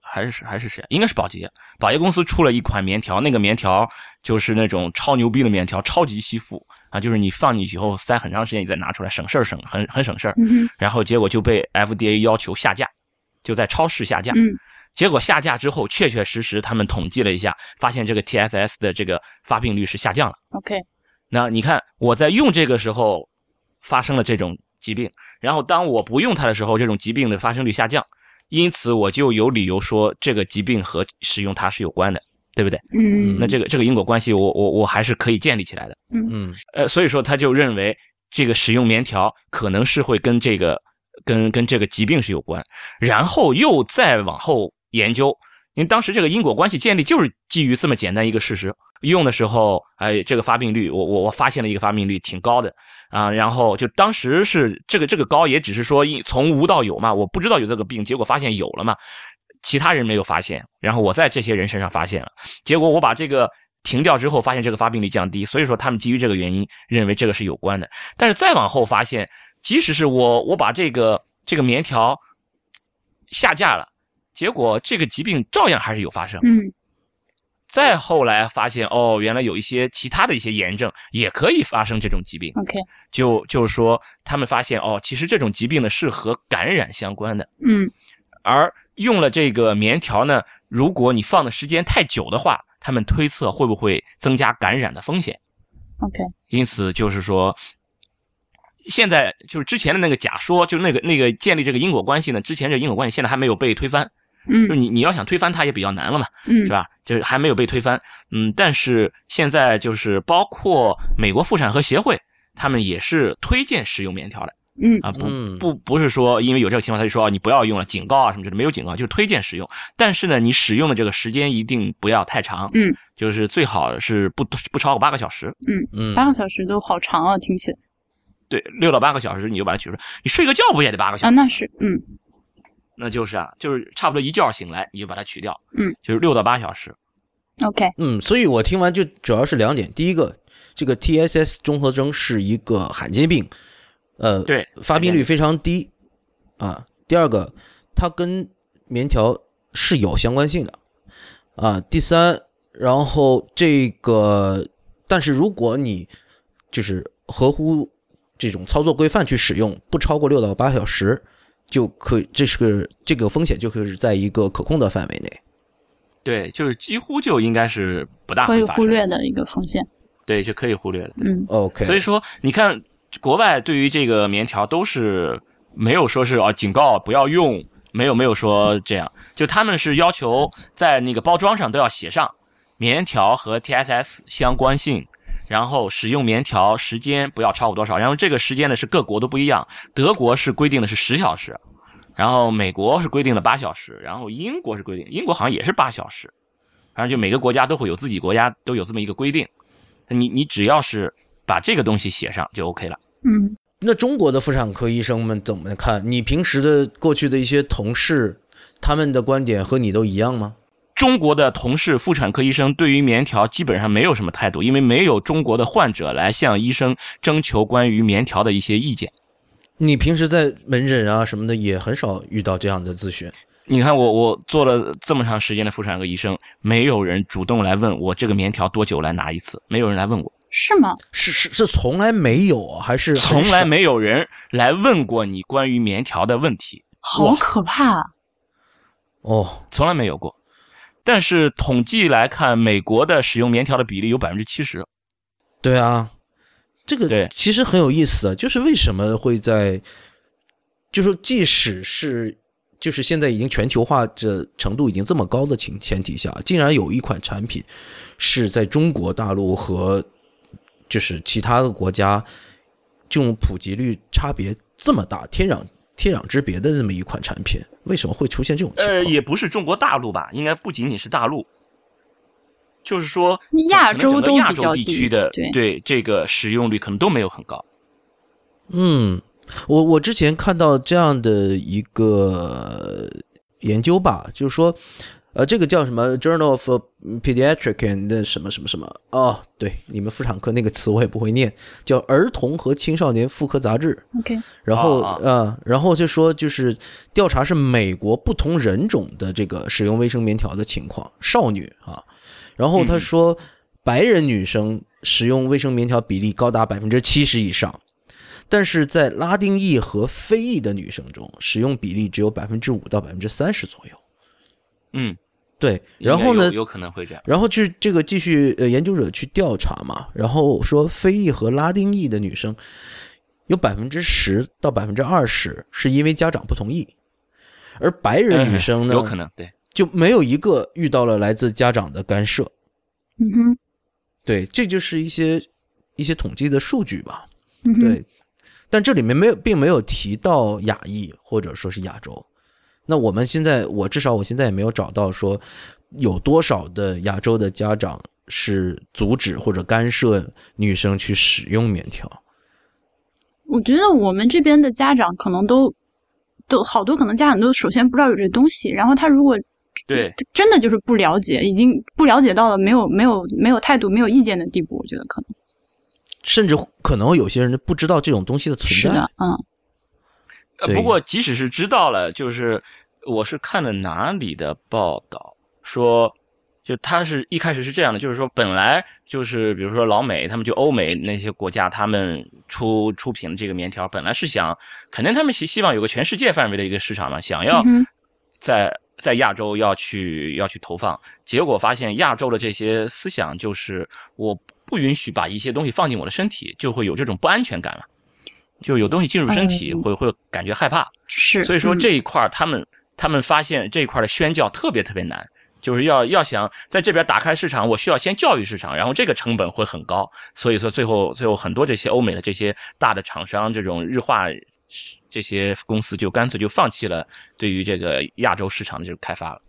B: 还是还是谁？应该是保洁。保洁公司出了一款棉条，那个棉条就是那种超牛逼的棉条，超级吸附啊，就是你放进去以后塞很长时间，你再拿出来，省事儿，省很很省事儿。
C: 嗯
B: 然后结果就被 FDA 要求下架，就在超市下架。
C: 哼嗯
B: 结果下架之后，确确实实他们统计了一下，发现这个 TSS 的这个发病率是下降了。
C: ，OK，
B: 那你看我在用这个时候发生了这种疾病，然后当我不用它的时候，这种疾病的发生率下降，因此我就有理由说这个疾病和使用它是有关的，对不对？
C: 嗯，
B: 那这个这个因果关系我，我我还是可以建立起来的。
A: 嗯
B: 呃，所以说他就认为这个使用棉条可能是会跟这个跟跟这个疾病是有关，然后又再往后研究，因为当时这个因果关系建立就是基于这么简单一个事实。用的时候，哎，这个发病率，我我我发现了一个发病率挺高的啊，然后就当时是这个这个高也只是说一从无到有嘛，我不知道有这个病，结果发现有了嘛，其他人没有发现，然后我在这些人身上发现了。结果我把这个停掉之后，发现这个发病率降低，所以说他们基于这个原因认为这个是有关的。但是再往后发现，即使是我我把这个这个棉条下架了，结果这个疾病照样还是有发生。
C: 嗯
B: 再后来发现，哦，原来有一些其他的一些炎症也可以发生这种疾病，
C: OK，
B: 就就是说他们发现，哦，其实这种疾病呢是和感染相关的。
C: 嗯
B: 而用了这个棉条呢，如果你放的时间太久的话，他们推测会不会增加感染的风险。
C: OK，
B: 因此就是说，现在就是之前的那个假说，就是那个那个建立这个因果关系呢，之前这个因果关系现在还没有被推翻，
C: 嗯
B: 就是你你要想推翻它也比较难了嘛。
C: 嗯
B: 是吧？就是还没有被推翻。嗯，但是现在就是包括美国妇产科协会，他们也是推荐使用棉条的。
C: 嗯
B: 啊，不
A: 嗯
B: 不不是说因为有这个情况他就说、啊、你不要用了，警告啊什么之类的，没有警告，就是推荐使用。但是呢，你使用的这个时间一定不要太长，
C: 嗯，
B: 就是最好是不不超过八个小时。
A: 嗯
C: 八个小时都好长啊，听起来
B: 对，六到八个小时你就把它取出来，你睡个觉不也得八个小时？
C: 啊，那是嗯
B: 那就是啊，就是差不多一觉醒来你就把它取掉，
C: 嗯，
B: 就是六到八小时。
C: OK，
A: 嗯，所以我听完就主要是两点，第一个，这个 TSS 综合征是一个罕见病，呃，
B: 对，
A: 发病率非常低啊。第二个，它跟棉条是有相关性的啊。第三，然后这个，但是如果你就是合乎这种操作规范去使用，不超过六到八小时，就可以，这是个这个风险就可以是在一个可控的范围内。
B: 对，就是几乎就应该是不大
C: 可以
B: 会发生，
C: 忽略的一个风险，
B: 对，就可以忽略了。
C: 嗯
A: OK，
B: 所以说，你看哦国外对于这个棉条都是没有说是啊警告不要用，没有没有说这样，就他们是要求在那个包装上都要写上棉条和 TSS 相关性，然后使用棉条时间不要超过多少，然后这个时间呢是各国都不一样，德国是规定的是十小时，然后美国是规定了八小时，然后英国是规定，英国好像也是八小时，反正就每个国家都会有自己国家都有这么一个规定，你你只要是把这个东西写上就 OK 了。
C: 嗯，
A: 那中国的妇产科医生们怎么看？你平时的过去的一些同事，他们的观点和你都一样吗？
B: 中国的同事妇产科医生对于棉条基本上没有什么态度，因为没有中国的患者来向医生征求关于棉条的一些意见。
A: 你平时在门诊啊什么的也很少遇到这样的咨询。
B: 你看我，我做了这么长时间的妇产科医生，没有人主动来问我这个棉条多久来拿一次，没有人来问我，
C: 是吗？
A: 是是是从来没有啊，还是很
B: 从来
A: 少
B: 没有人来问过你关于棉条的问题，
C: 好可怕、啊！
A: 哦，
B: 从来没有过。但是统计来看，美国的使用棉条的比例有百分之七十，
A: 对啊，这个
B: 对
A: 其实很有意思啊，就是为什么会在，就说即使是就是现在已经全球化这程度已经这么高的情前提下，竟然有一款产品是在中国大陆和就是其他的国家这种普及率差别这么大，天壤天壤之别的这么一款产品，为什么会出现这种情况？
B: 呃，也不是中国大陆吧，应该不仅仅是大陆，就是说
C: 亚
B: 可能
C: 洲
B: 整
C: 都
B: 个亚
C: 比较
B: 洲地区的
C: 低对
B: 这个使用率可能都没有很高。
A: 嗯，我我之前看到这样的一个呃研究吧，就是说，呃，这个叫什么《Journal of Pediatric and 什么什么什么》哦，对，你们妇产科那个词我也不会念，叫《儿童和青少年妇科杂志》。
C: OK，
A: 然后
B: 啊啊
A: 呃，然后就说就是调查是美国不同人种的这个使用卫生棉条的情况，少女啊，然后他
B: 嗯
A: 说白人女生使用卫生棉条比例高达百分之七十以上，但是在拉丁裔和非裔的女生中，使用比例只有百分之五到百分之三十左右。
B: 嗯，
A: 对，
B: 应该
A: 然后呢
B: 有，有可能会这样。
A: 然后去这个继续呃研究者去调查嘛，然后说非裔和拉丁裔的女生有百分之十到百分之二十是因为家长不同意，而白人女生呢、
B: 呃哎有可能对，
A: 就没有一个遇到了来自家长的干涉。
C: 嗯哼，
A: 对，这就是一些一些统计的数据吧。
C: 嗯哼，
A: 对，但这里面没有并没有提到亚裔或者说是亚洲。那我们现在，我至少我现在也没有找到说有多少的亚洲的家长是阻止或者干涉女生去使用棉条。
C: 我觉得我们这边的家长可能都都好多，可能家长都首先不知道有这东西，然后他如果
B: 对
C: 真的就是不了解，已经不了解到了没有没有没有态度、没有意见的地步，我觉得可能
A: 甚至可能有些人不知道这种东西的
C: 是
A: 存在
C: 的，，嗯，
B: 呃
A: 对
B: 不过即使是知道了，就是我是看了哪里的报道说。就他是一开始是这样的，就是说本来就是比如说老美他们就欧美那些国家，他们出出品的这个棉条，本来是想肯定他们希希望有个全世界范围的一个市场嘛，想要
C: 嗯哼
B: 在在亚洲要去要去投放，结果发现亚洲的这些思想就是我不允许把一些东西放进我的身体，就会有这种不安全感嘛，就有东西进入身体
C: 嗯
B: 会会感觉害怕，
C: 是，
B: 所以说
C: 嗯
B: 这一块儿他们他们发现这一块儿的宣教特别特别难。就是要要想在这边打开市场，我需要先教育市场，然后这个成本会很高，所以说最后最后很多这些欧美的这些大的厂商，这种日化这些公司就干脆就放弃了对于这个亚洲市场的这个开发了。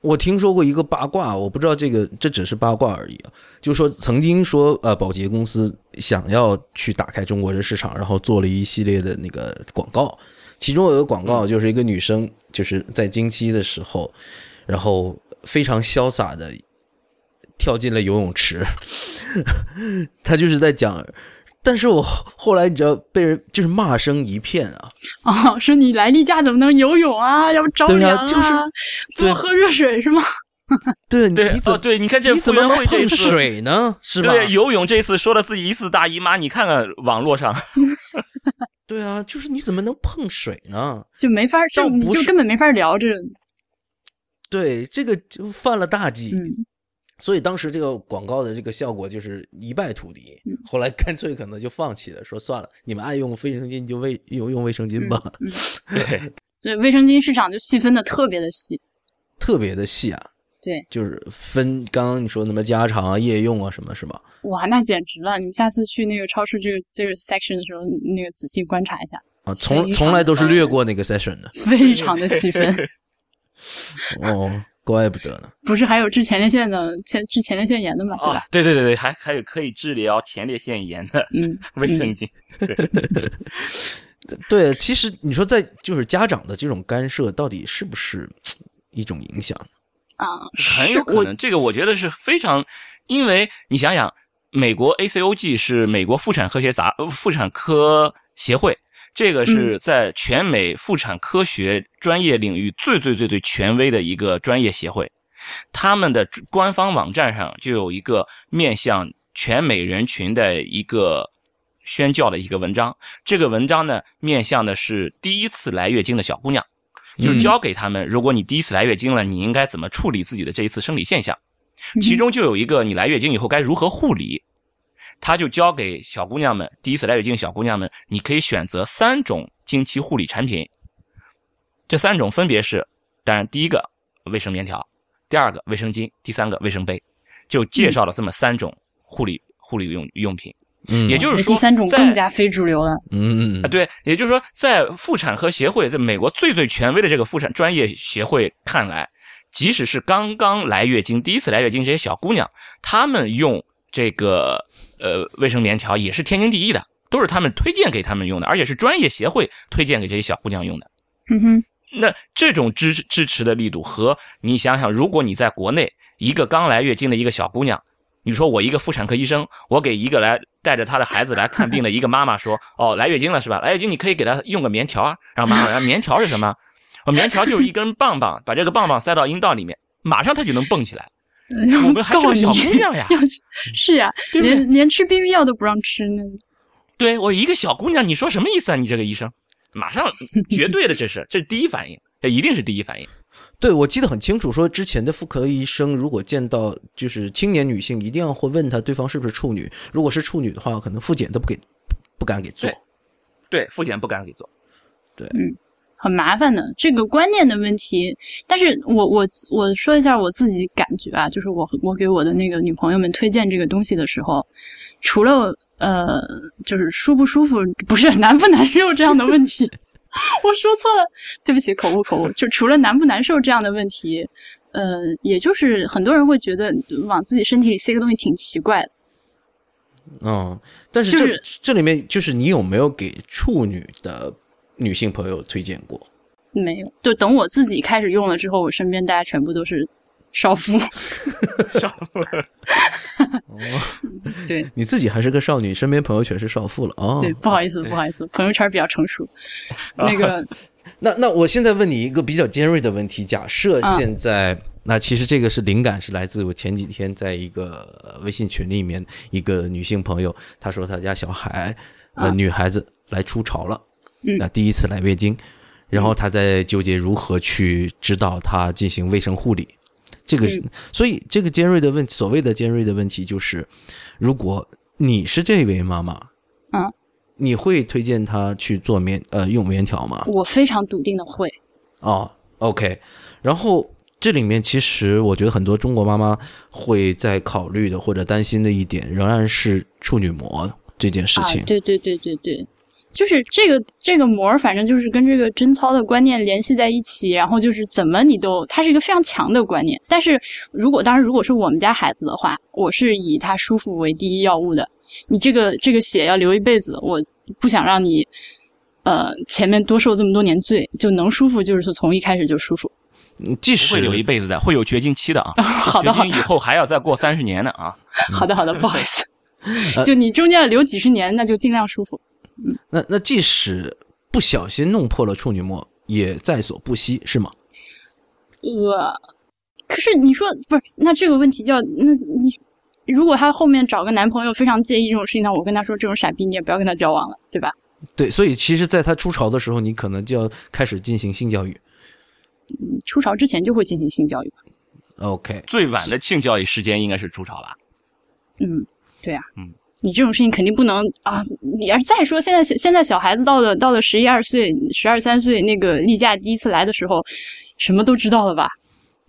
A: 我听说过一个八卦，我不知道这个这只是八卦而已啊，就说曾经说呃，宝洁公司想要去打开中国的市场，然后做了一系列的那个广告，其中有一个广
B: 嗯
A: 告就是一个女生就是在经期的时候，然后非常潇洒的跳进了游泳池， 她就是在讲，但是我后来你知道被人就是骂声一片啊，
C: 哦，说你来例假怎么能游泳啊？要不着
A: 对啊
C: 凉
A: 就是对
C: 多喝热水是吗？
A: 对
B: 对，
A: 你怎
B: 哦，
A: 么、
B: 对，你看这
A: 你
B: 傅
A: 怎么
B: 园
A: 能
B: 慧这
A: 碰
B: 次，
A: 水呢？是吧？
B: 对游泳这次说了自己疑似大姨妈，你看看网络上，
A: 对啊，就是你怎么能碰水呢？
C: 就没法，就
A: 倒
C: 你
A: 不
C: 就是根本没法聊这，
A: 对，这个就犯了大忌，
C: 嗯，
A: 所以当时这个广告的这个效果就是一败涂地。
C: 嗯
A: 后来干脆可能就放弃了，说算了，你们爱用卫生巾就卫用用卫生巾吧。
C: 嗯嗯对，卫生巾市场就细分的特别的细。
A: 特别的细啊。
C: 对，
A: 就是分刚刚你说什么家常啊、夜用啊什么，是吧？
C: 哇，那简直了！你们下次去那个超市这个这个 section 的时候，那个仔细观察一下，
A: 啊，
C: 非
A: 从
C: 常
A: 从来都是略过那个 session 的。
C: 非常的细分。
A: 哦，怪不得呢。
C: 不是还有治前列腺的前治前列腺炎的吗？对
B: 啊
C: 吧？，
B: 对对对对，还还有可以治疗前列腺炎的
C: 嗯，
B: 卫生巾。
A: 对，其实你说在就是家长的这种干涉，到底是不是一种影响？
C: 啊，
B: 很有
C: 是
B: 可
C: 我
B: 能，这个我觉得是非常，因为你想想，美国 ACOG 是美国妇产科学杂呃妇产科协会，这
C: 嗯
B: 个是在全美妇产科学专业领域最最最最权威的一个专业协会，他们的主官方网站上就有一个面向全美人群的一个宣教的一个文章，这个文章呢面向的是第一次来月经的小姑娘。
C: 嗯
B: 就是教给他们，如果你第一次来月经了，你应该怎么处理自己的这一次生理现象。
C: 嗯
B: 其中就有一个，你来月经以后该如何护理，他就教给小姑娘们，第一次来月经的小姑娘们，你可以选择三种经期护理产品。这三种分别是，当然第一个卫生棉条，第二个卫生巾，第三个卫生杯，就
C: 嗯
B: 介绍了这么三种护理护理用用品。
A: 嗯
B: 也就是说，
C: 第三种
B: 在
C: 更加非主流了。
A: 嗯
B: 啊，对，也就是说，在妇产科协会，在美国最最权威的这个妇产专业协会看来，即使是刚刚来月经、第一次来月经这些小姑娘，她们用这个呃卫生棉条也是天经地义的，都是他们推荐给她们用的，而且是专业协会推荐给这些小姑娘用的。
C: 嗯哼，
B: 那这种支支持的力度和你想想，如果你在国内一个刚来月经的一个小姑娘，你说我一个妇产科医生，我给一个来带着她的孩子来看病的一个妈妈说，哦，来月经了是吧？来月经你可以给她用个棉条啊，然后妈妈，然后棉条是什么？哦，棉条就是一根棒棒，把这个棒棒塞到阴道里面，马上她就能蹦起来。我们还是
C: 告
B: 个
C: 哎你，
B: 小姑娘呀
C: 要去是呀，
B: 对不对
C: 连连吃避孕药都不让吃呢。
B: 对我一个小姑娘，你说什么意思啊？你这个医生，马上绝对的，这是这是第一反应，这一定是第一反应。
A: 对，我记得很清楚，说之前的妇科医生如果见到就是青年女性，一定要会问她对方是不是处女，如果是处女的话，可能复检都不给不敢给做
B: 对。对，妇检不敢给做。
C: 很麻烦的这个观念的问题，但是我我我说一下我自己感觉啊，就是我我给我的那个女朋友们推荐这个东西的时候，除了呃，就是舒不舒服，不是难不难受这样的问题，我说错了，对不起，口误口误，就除了难不难受这样的问题，呃，也就是很多人会觉得往自己身体里塞个东西挺奇怪的，
A: 嗯，但是
C: 就
A: 这、
C: 是
A: 这里面就是你有没有给处女的女性朋友推荐过？
C: 没有，就等我自己开始用了之后，我身边大家全部都是少妇，对。
A: 你自己还是个少女，身边朋友全是少妇了啊。
C: 对，不好意思，不好意思，朋友圈比较成熟。那个，
A: 那那我现在问你一个比较尖锐的问题：假设
C: 嗯
A: 现在，那其实这个是灵感，是来自我前几天在一个呃微信群里面，一个女性朋友，她说她家小孩，呃，女孩子来初潮了，
C: 嗯
A: 那第一次来月经，然后她在纠结如何去指导她进行卫生护理。这
C: 嗯
A: 个是，所以这个尖锐的问，所谓的尖锐的问题就是，如果你是这位妈妈，
C: 嗯，
A: 你会推荐她去做棉呃用棉条吗？
C: 我非常笃定的会，
A: 哦，OK。然后这里面其实我觉得很多中国妈妈会在考虑的或者担心的一点，仍然是处女膜这件事情。
C: 啊。对对对对对，就是这个这个膜儿，反正就是跟这个贞操的观念联系在一起，然后就是怎么你都，它是一个非常强的观念。但是如果当然，如果是我们家孩子的话，我是以他舒服为第一要务的。你这个这个血要流一辈子，我不想让你。呃，前面多受这么多年罪，就能舒服，就是从一开始就舒服。
A: 嗯即
B: 不
A: 使
B: 会留一辈子的，会有绝经期的啊。
C: 好的，
B: 绝
C: 好
B: 经
C: 的
B: 以，后还要再过三十年呢啊！
C: 好的，好的，不好意思。就你中间留几十年，那就尽量舒服。
A: 那那即使不小心弄破了处女膜，也在所不惜，是吗？
C: 呃，可是你说不是？那这个问题叫那你如果她后面找个男朋友非常介意这种事情，那我跟她说这种傻逼你也不要跟他交往了，对吧？
A: 对，所以其实，在她初潮的时候，你可能就要开始进行性教育。
C: 你出潮之前就会进行性教育吧。
A: OK，
B: 最晚的性教育时间应该是初潮吧？
C: 嗯，对啊，你这种事情肯定不能啊！你要是再说现在现在小孩子到了到了十一二岁、十二三岁那个例假第一次来的时候，什么都知道了吧？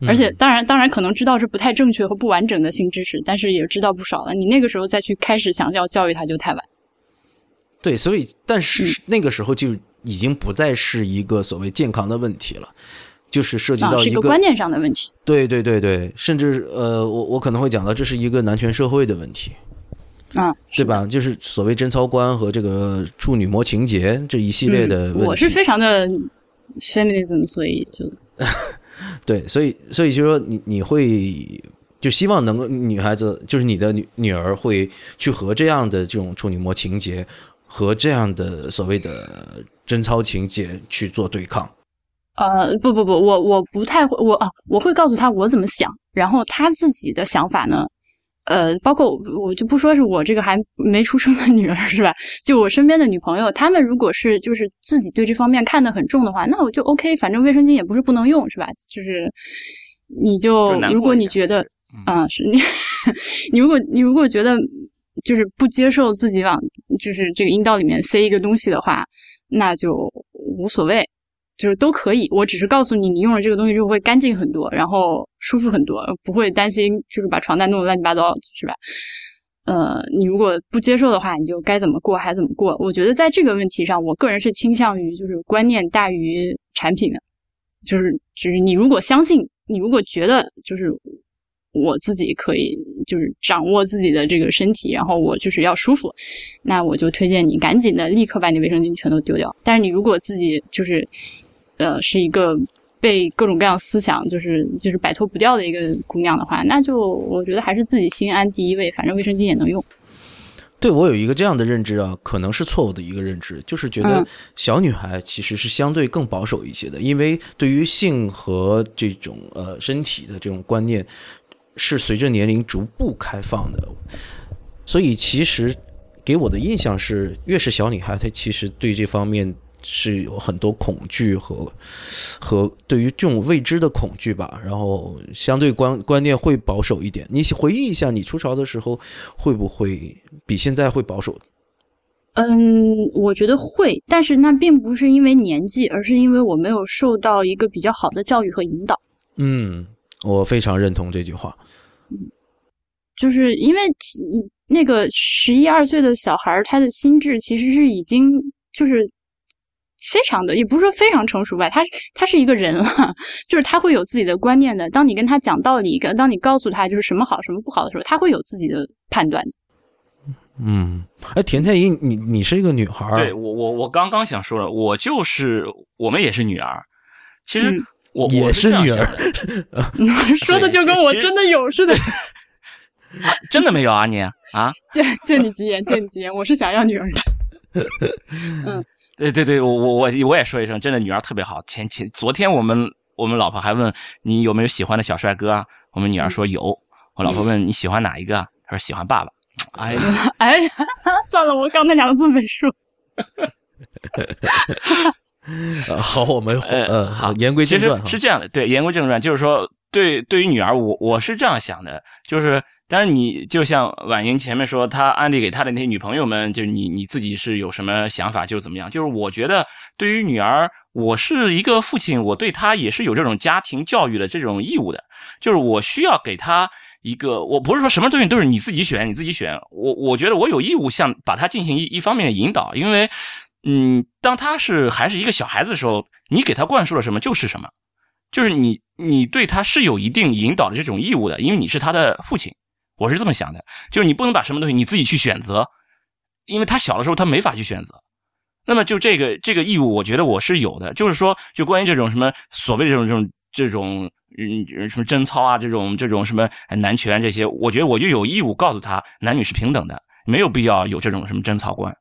C: 而
A: 嗯
C: 且当然当然可能知道是不太正确和不完整的新知识，但是也知道不少了。你那个时候再去开始想要教育他就太晚。
A: 对，所以但
C: 嗯
A: 是那个时候就已经不再是一个所谓健康的问题了，就是涉及
C: 啊，
A: 到
C: 是
A: 一
C: 一个观念上的问题。
A: 对对对对，甚至呃，我我可能会讲到这是一个男权社会的问题，
C: 啊，
A: 对吧？就是所谓贞操观和这个处女膜情节这一系列的问题。
C: 嗯我是非常的 feminism，所以就
A: 对，所以所以就说你你会就希望能够女孩子，就是你的女女儿会去和这样的这种处女膜情节和这样的所谓的贞操情节去做对抗。
C: 呃，不不不，我我不太会，我啊，我会告诉他我怎么想，然后他自己的想法呢，呃，包括我我就不说是我这个还没出生的女儿是吧？就我身边的女朋友，她们如果是就是自己对这方面看得很重的话，那我就 OK，反正卫生巾也不是不能用是吧？就是你就
B: 就难过
C: 如果
B: 一
C: 你
B: 点
C: 觉得
B: 嗯
C: 啊、是你 你如果你如果觉得就是不接受自己往就是这个阴道里面塞一个东西的话，那就无所谓，就是都可以。我只是告诉你，你用了这个东西之后会干净很多，然后舒服很多，不会担心就是把床单弄得乱七八糟，是吧？呃，你如果不接受的话，你就该怎么过还怎么过。我觉得在这个问题上，我个人是倾向于就是观念大于产品的，就是就是你如果相信，你如果觉得就是我自己可以就是掌握自己的这个身体，然后我就是要舒服，那我就推荐你赶紧的立刻把你卫生巾全都丢掉。但是你如果自己就是，呃，是一个被各种各样思想就是就是摆脱不掉的一个姑娘的话，那就我觉得还是自己心安第一位，反正卫生巾也能用。
A: 对我有一个这样的认知啊，可能是错误的一个认知，就是觉得
C: 嗯
A: 小女孩其实是相对更保守一些的，因为对于性和这种呃身体的这种观念是随着年龄逐步开放的，所以其实给我的印象是，越是小女孩，她其实对这方面是有很多恐惧和和对于这种未知的恐惧吧，然后相对观观念会保守一点。你回忆一下，你出潮的时候会不会比现在会保守？
C: 嗯，我觉得会，但是那并不是因为年纪，而是因为我没有受到一个比较好的教育和引导。
A: 嗯，我非常认同这句话。
C: 就是因为其那个十一二岁的小孩儿，他的心智其实是已经就是非常的，也不是说非常成熟吧，他是他是一个人了，就是他会有自己的观念的。当你跟他讲道理，跟当你告诉他就是什么好什么不好的时候，他会有自己的判断的。
A: 嗯，哎，甜甜姨，你你是一个女孩儿，
B: 对我我我刚刚想说了，我就是我们也是女儿，其实
C: 嗯
B: 我、我
A: 也
B: 是
A: 是
B: 这样
A: 女
B: 想
A: 儿
B: 的，
C: 说的就跟我真的有似的，
B: 真的没有啊你啊。
C: 借借你吉言，借你吉言，我是想要女儿的。
B: 对对对，我我我我也说一声，真的女儿特别好。前前昨天我们我们老婆还问你有没有喜欢的小帅哥啊，我们女儿说有。我老婆问你喜欢哪一个啊，她说喜欢爸爸。哎呀，
C: 哎呀， 算了，我刚那两个字没说。
A: 呃 好，我们
B: 呃
A: 呃，
B: 好
A: 言归
B: 其
A: 正
B: 实
A: 传哈
B: 是。这样的，对，言归正传，就是说，对对于女儿，我我是这样想的，就是，但是你就像婉莹前面说，她安利给她的那些女朋友们，就是你你自己是有什么想法，就是怎么样，就是我觉得对于女儿，我是一个父亲，我对她也是有这种家庭教育的这种义务的，就是我需要给她。一个，我不是说什么东西都是你自己选，你自己选。我我觉得我有义务向把她进行一一方面的引导，因为，嗯，当她是还是一个小孩子的时候，你给她灌输了什么就是什么。就是你你对他是有一定引导的这种义务的，因为你是他的父亲，我是这么想的。就是你不能把什么东西你自己去选择，因为他小的时候他没法去选择。那么就这个这个义务，我觉得我是有的。就是说，就关于这种什么所谓这种这种这种嗯什么贞操啊，这种这种什么男权这些，我觉得我就有义务告诉他，男女是平等的，没有必要有这种什么贞操观。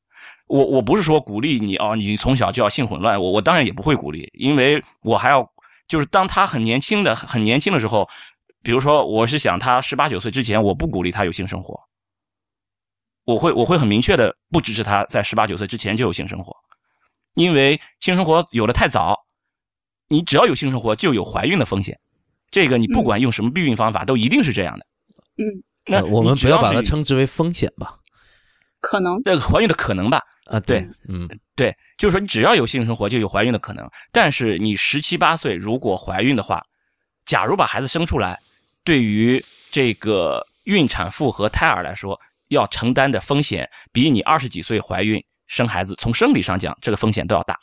B: 我我不是说鼓励你哦，你从小就要性混乱，我我当然也不会鼓励，因为我还要就是当他很年轻的很年轻的时候，比如说我是想他十八九岁之前，我不鼓励他有性生活，我会我会很明确的不支持他在十八九岁之前就有性生活，因为性生活有的太早，你只要有性生活就有怀孕的风险，这个你不管用什么避孕方法，都一定是这样的。
C: 嗯，
B: 那
A: 呃我们
B: 你只
A: 不要
B: 是
A: 把它
B: 有
A: 称之为风险吧。
C: 可能
B: 这个怀孕的可能吧，
A: 啊，
B: 对，
A: 嗯，
B: 对，就是说你只要有性生活就有怀孕的可能，但是你十七八岁如果怀孕的话，假如把孩子生出来，对于这个孕产妇和胎儿来说，要承担的风险比你二十几岁怀孕生孩子从生理上讲这个风险都要大。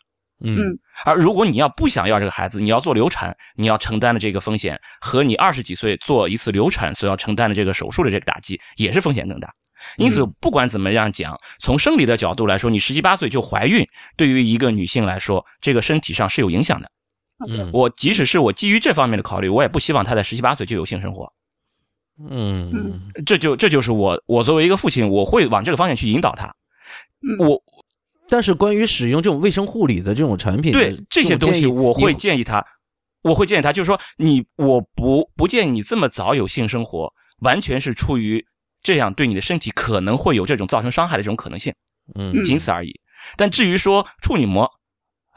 A: 嗯
B: 而如果你要不想要这个孩子，你要做流产，你要承担的这个风险和你二十几岁做一次流产所要承担的这个手术的这个打击，也是风险更大。因此，不管怎么样讲，从生理的角度来说，你十七八岁就怀孕，对于一个女性来说，这个身体上是有影响的。
A: 嗯
B: 我即使是我基于这方面的考虑，我也不希望她在十七八岁就有性生活。
A: 嗯
B: 这就这就是我，我作为一个父亲，我会往这个方向去引导她。
C: 嗯
B: 我
A: 但是关于使用这种卫生护理的这种产品的
B: 对这些
A: 种
B: 东
A: 建
B: 西，
A: 议
B: 我会
A: 你
B: 建议他，我会建议他，就是说你，我不不建议你这么早有性生活，完全是出于这样对你的身体可能会有这种造成伤害的这种可能性，
A: 嗯
B: 仅此而已。但至于说处女膜，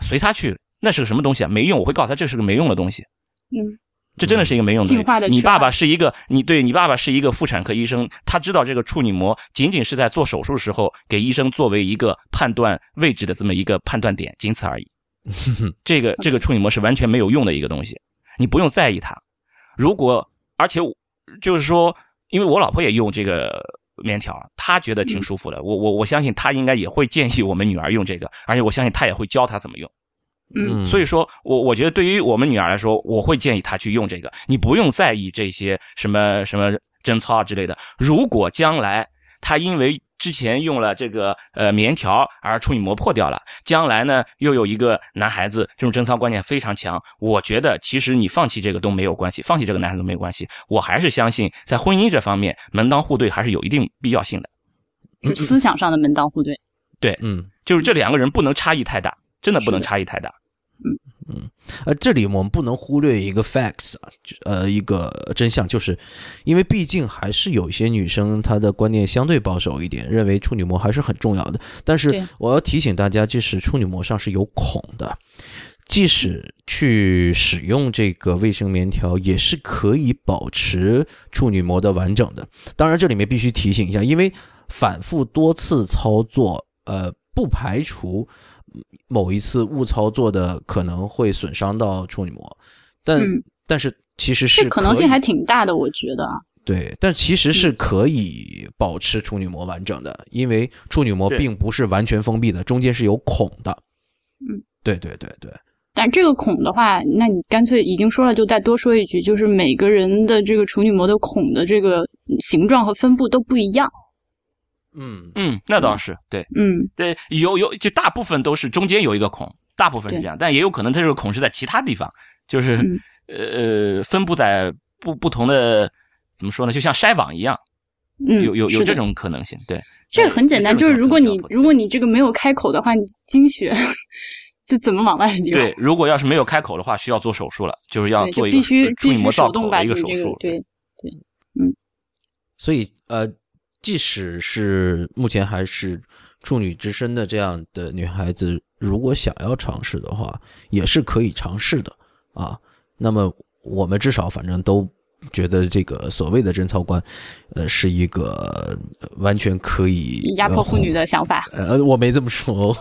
B: 随他去，那是个什么东西啊？没用，我会告诉他这是个没用的东西。
C: 嗯
B: 这真的是一个没用的
C: 进化的
B: 东西。你
C: 缺乏
B: 爸爸是一个，你对你爸爸是一个妇产科医生，他知道这个处女膜仅仅是在做手术时候给医生作为一个判断位置的这么一个判断点，仅此而已。这个这个处女膜是完全没有用的一个东西，你不用在意它。如果而且我就是说，因为我老婆也用这个棉条，她觉得
C: 嗯
B: 挺舒服的。我我我相信她应该也会建议我们女儿用这个，而且我相信她也会教她怎么用。
C: 嗯
B: 所以说我我觉得对于我们女儿来说，我会建议她去用这个，你不用在意这些什么什么贞操啊之类的。如果将来她因为之前用了这个呃棉条而处女膜破掉了，将来呢又有一个男孩子这种贞操观念非常强，我觉得其实你放弃这个都没有关系，放弃这个男孩子都没有关系。我还是相信在婚姻这方面门当户对还是有一定必要性的，
C: 就思想上的门当户对。
A: 嗯。
B: 就是这两个人不能差异太大，真的不能
C: 是的
B: 差异太大。
A: 呃，这里我们不能忽略一个 facts 啊，就呃，一个真相，就是因为毕竟还是有一些女生她的观念相对保守一点，认为处女膜还是很重要的。但
C: 对
A: 是我要提醒大家，就是处女膜上是有孔的，即使去使用这个卫生棉条，也是可以保持处女膜的完整的。当然，这里面必须提醒一下，因为反复多次操作，呃，不排除某一次误操作的可能会损伤到处女膜，但、
C: 嗯
A: 但是其实是
C: 这可能
A: 以
C: 性还挺大的，我觉得啊。
A: 对，但其实是可以保持处女膜完整的，因为处女膜
B: 对
A: 并不是完全封闭的，中间是有孔的。
C: 嗯，
A: 对对对对，
C: 但这个孔的话，那你干脆已经说了，就再多说一句，就是每个人的这个处女膜的孔的这个形状和分布都不一样。
A: 嗯
B: 嗯，那倒是对。
C: 嗯，
B: 对，有有，就大部分都是中间有一个孔，大部分是这样，但也有可能它这个孔是在其他地方，就是、
C: 嗯
B: 呃呃分布在不不同的，怎么说呢？就像筛网一样，
C: 嗯
B: 有有有
C: 是的
B: 这种可能性。对，
C: 这个很简单，
B: 这
C: 就
B: 种
C: 是如果
B: 情况
C: 你
B: 比较多
C: 如果你这个没有开口的话，你经血就怎么往外流？
B: 对，如果要是没有开口的话，需要做手术了，就是要
C: 对，就
B: 做一个
C: 必
B: 呃
C: 须
B: 处
C: 必
B: 女
C: 须
B: 膜造
C: 手动
B: 口
C: 把
B: 的一
C: 你
B: 个
C: 这
B: 手
C: 个
B: 术。
C: 对
A: 所以呃，即使是目前还是处女之身的这样的女孩子，如果想要尝试的话，也是可以尝试的啊。那么我们至少反正都觉得这个所谓的贞操观，呃，是一个呃完全可以
C: 压迫妇女
A: 的。
C: 的想法。
A: 呃，我没这么说，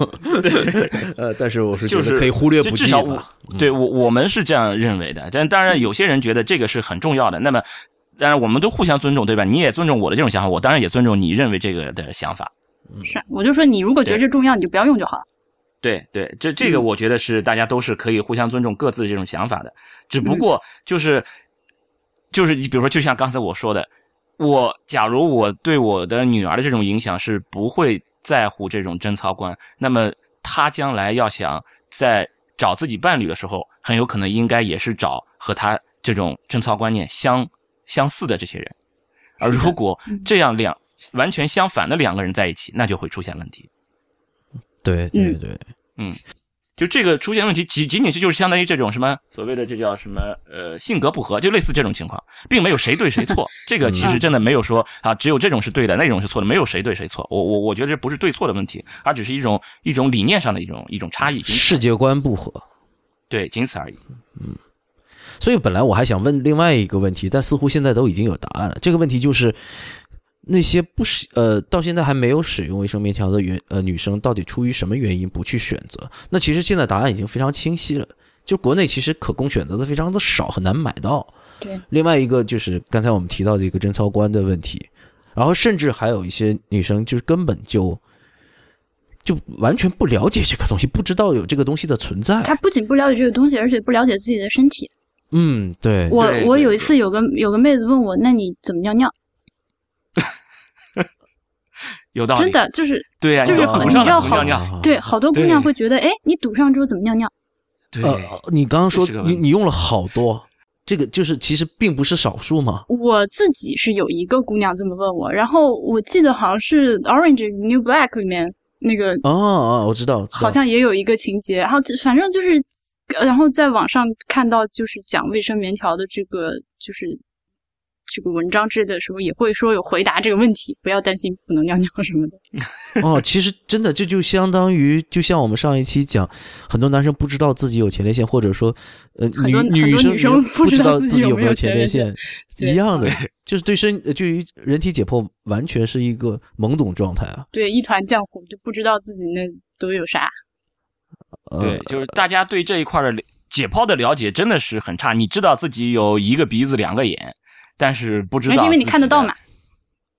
A: 呃，但是我是觉
B: 就
A: 得
B: 是
A: 可以忽略
B: 就
A: 不
B: 至
A: 计
B: 少我
A: 吧。嗯
B: 对我我们是这样认为的，但当然有些人觉得这个是很重要的。那么，当然我们都互相尊重，对吧？你也尊重我的这种想法，我当然也尊重你认为这个的想法。
C: 是，我就说你如果觉得这重要，你就不要用就好了。
B: 对对，这这个我觉得是大家都是可以互相尊重各自的这种想法的，只不过就是、就是你比如说，就像刚才我说的，我假如我对我的女儿的这种影响是不会在乎这种贞操观，那么她将来要想在找自己伴侣的时候，很有可能应该也是找和她这种贞操观念相相似的这些人，而如果
C: 嗯
B: 这样两完全相反的两个人在一起，那就会出现问题。
A: 对对
C: 嗯
A: 对，
B: 就这个出现问题，仅仅仅是就是相当于这种什么所谓的这叫什么呃性格不合，就类似这种情况，并没有谁对谁错。这个
C: 嗯
B: 其实真的没有说啊，只有这种是对的，那种是错的，没有谁对谁错。我我我觉得这不是对错的问题，而只是一种一种理念上的一种一种差异，仅
A: 世界观不合。
B: 对，仅此而已。
A: 所以本来我还想问另外一个问题，但似乎现在都已经有答案了。这个问题就是，那些不使呃到现在还没有使用卫生棉条的原呃女生，到底出于什么原因不去选择？那其实现在答案已经非常清晰了，就国内其实可供选择的非常的少，很难买到。
C: 对，
B: 哎
A: 另外一个就是刚才我们提到的一个贞操观的问题，然后甚至还有一些女生就是根本就就完全不了解这个东西，不知道有这个东西的存在。
C: 他不仅不了解这个东西，而且不了解自己的身体。
A: 嗯，对，
C: 我
B: 对
C: 我
B: 对
C: 有
B: 对
C: 一次有个有个妹子问我，那你怎么尿尿？
B: 有道理，
C: 真的就是
B: 对啊呀、
C: 就是
B: 你
C: 很
B: 堵上
C: 你知道
B: 了，堵
C: 好
B: 上尿，
A: 啊
C: 对，好多姑娘
B: 啊对
C: 会觉得，哎，你堵上之后怎么尿尿？
B: 对，
A: 呃，你刚刚说
B: 这是个问
A: 你
B: 题
A: 你用了好多，这个就是其实并不是少数嘛。
C: 我自己是有一个姑娘这么问我，然后我记得好像是《Orange is the New Black》里面那个
A: 哦哦，我知道，我知道
C: 好像也有一个情节，然后这反正就是，呃然后在网上看到就是讲卫生棉条的这个就是这个文章之类的时候，也会说有回答这个问题，不要担心不能尿尿什么的。
A: 哦，其实真的这就相当于，就像我们上一期讲，很多男生不知道自己有前列腺，或者说，呃，
C: 很
A: 女
C: 多很
A: 女
C: 多女生
A: 不
C: 不知
A: 知
C: 道
A: 道
C: 自己
A: 己
C: 有
A: 有
C: 没有
A: 前
C: 前
A: 列
C: 列腺
A: 腺，
C: 对
A: 一样的
B: 对，
A: 就是对身呃对于人体解剖完全是一个懵懂状态啊。
C: 对，一团浆糊，就不知道自己那都有啥。
A: 呃、
B: 对，就是大家对这一块的了解剖的了解真的是很差。你知道自己有一个鼻子两个眼，但是不知道
C: 那是因为你
B: 自己
C: 看得
B: 的
C: 到嘛？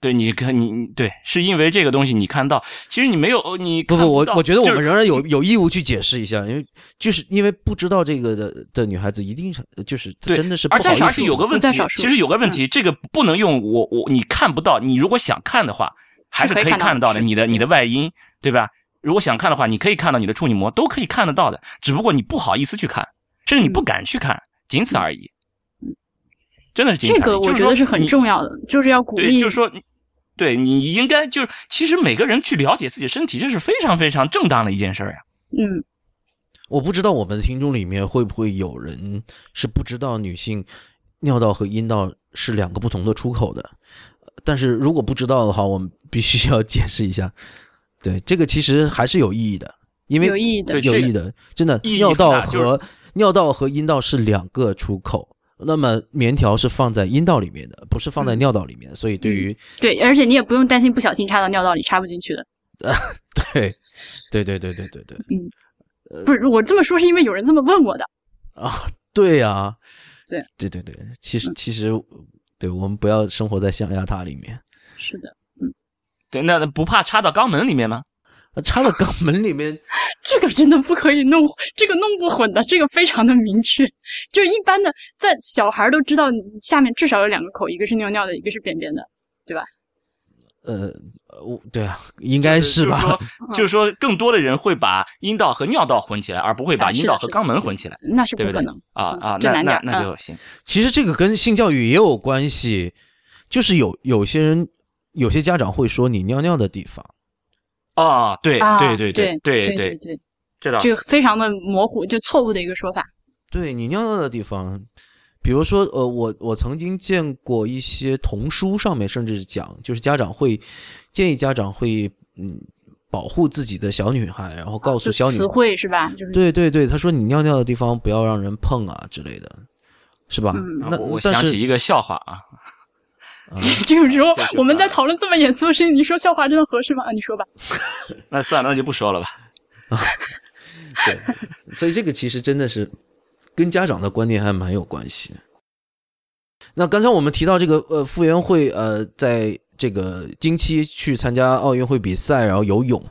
B: 对，你看你你对，是因为这个东西你看到，其实你没有你
A: 不
B: 看
A: 不，我
B: 到
A: 我觉得我
B: 就是
A: 们仍然有有义务去解释一下，因为就是因为不知道这个的的女孩子，一定是就是她
B: 对
A: 真的是不
B: 而
A: 好
B: 且
A: 意思。
B: 而且有个问
C: 不在
B: 题
C: 少，数
B: 其实有个问题，这个不能用我我你看不到，你如果想看的话，还是
C: 可以
B: 可以
C: 看到
B: 看得到的，
C: 是
B: 你的你的外阴对吧？如果想看的话，你可以看到你的处女膜，都可以看得到的，只不过你不好意思去看，甚至你不敢去看，仅此而已。真的是仅
C: 这
B: 此而已。
C: 个我
B: 就是
C: 觉
B: 说
C: 得是很
B: 你
C: 重要的，就是要鼓
B: 对，
C: 励
B: 就是说，对你应该就是，其实每个人去了解自己身体，这是非常非常正当的一件事儿呀。
C: 嗯，
A: 我不知道我们的听众里面会不会有人是不知道女性尿道和阴道是两个不同的出口的，但是如果不知道的话，我们必须要解释一下。对，这个其实还是有意义的，因为
C: 有意义的
B: 对。
A: 有
B: 这
A: 意
B: 个
A: 义的，真的
B: 意义
A: 尿
B: 很
A: 道
B: 大就是
A: 和尿道和阴道是两个出口。那么棉条是放在阴道里面的，不是放在
C: 嗯
A: 尿道里面，所以对
B: 嗯
A: 于
C: 对，而且你也不用担心不小心插到尿道里插不进去的。
A: 对， 对对对对对对
C: 不是，我这么说是因为有人这么问我的。
A: 啊，对呀、
C: 对
A: 对对对，其
B: 嗯
A: 实其实，对我们不要生活在象牙塔里面，
C: 是的，
B: 对，那那不怕插到肛门里面吗？
A: 啊插到肛门里面，
C: 这个真的不可以弄，这个弄不混的，这个非常的明确。就是一般的，在小孩都知道你下面至少有两个口，一个是尿尿的，一个是便便的。
A: 呃，我对啊，应该
B: 就是
A: 吧？
B: 就是
C: 嗯
B: 说，就是说更多的人会把阴道和尿道混起来，而不会把
C: 啊是的
B: 阴道和
C: 是的
B: 肛门混起来
C: 那是不
B: 对不
C: 可
B: 对
C: 能。
B: 啊
C: 嗯
B: 啊！
C: 这
B: 那
C: 难点
B: 那那
C: 儿
B: 就行。
A: 其实这个跟性教育也有关系，就是有有些人，有些家长会说你尿尿的地方，
B: 啊，对
C: 啊，
B: 对对
C: 对
B: 对啊
C: 对，对，
B: 知道
C: 这个非常的模糊，就错误的一个说法。
A: 对你尿尿的地方，比如说，呃，我我曾经见过一些童书上面甚至讲，就是家长会建议家长会嗯保护自己的小女孩，然后告诉
B: 啊
C: 就
A: 小女
C: 词汇是吧？就是
A: 对对对，他说你尿尿的地方不要让人碰啊之类的，是吧？
C: 嗯
B: 啊
A: 那
B: 我我
A: 但
B: 想
A: 是
B: 起一个笑话啊，
C: 这个时候
B: 这就算
C: 我们在
B: 了
C: 讨论这么严肃的事情，你说笑话真的合适吗？啊，你说吧。
B: 那算了，那就不说了 吧。
A: 对，所以这个其实真的是跟家长的观念还蛮有关系的。那刚才我们提到这个呃，傅园慧呃，在这个经期去参加奥运会比赛，然后游泳。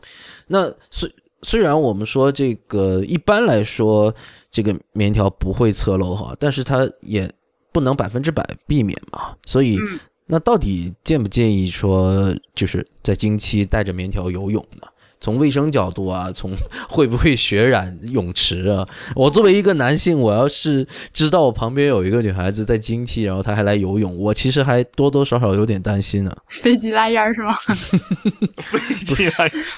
A: 那虽虽然我们说这个一般来说这个棉条不会侧漏哈，但是它也不能百分之百避免嘛。所以，
C: 嗯
A: 那到底建不建议说就是在经期带着棉条游泳呢？从卫生角度啊，从会不会血染泳池啊？ 我作为一个男性，我要是知道我旁边有一个女孩子在经期，然后她还来游泳，我其实还多多少少有点担心呢、啊
C: 飞机拉烟儿是吗？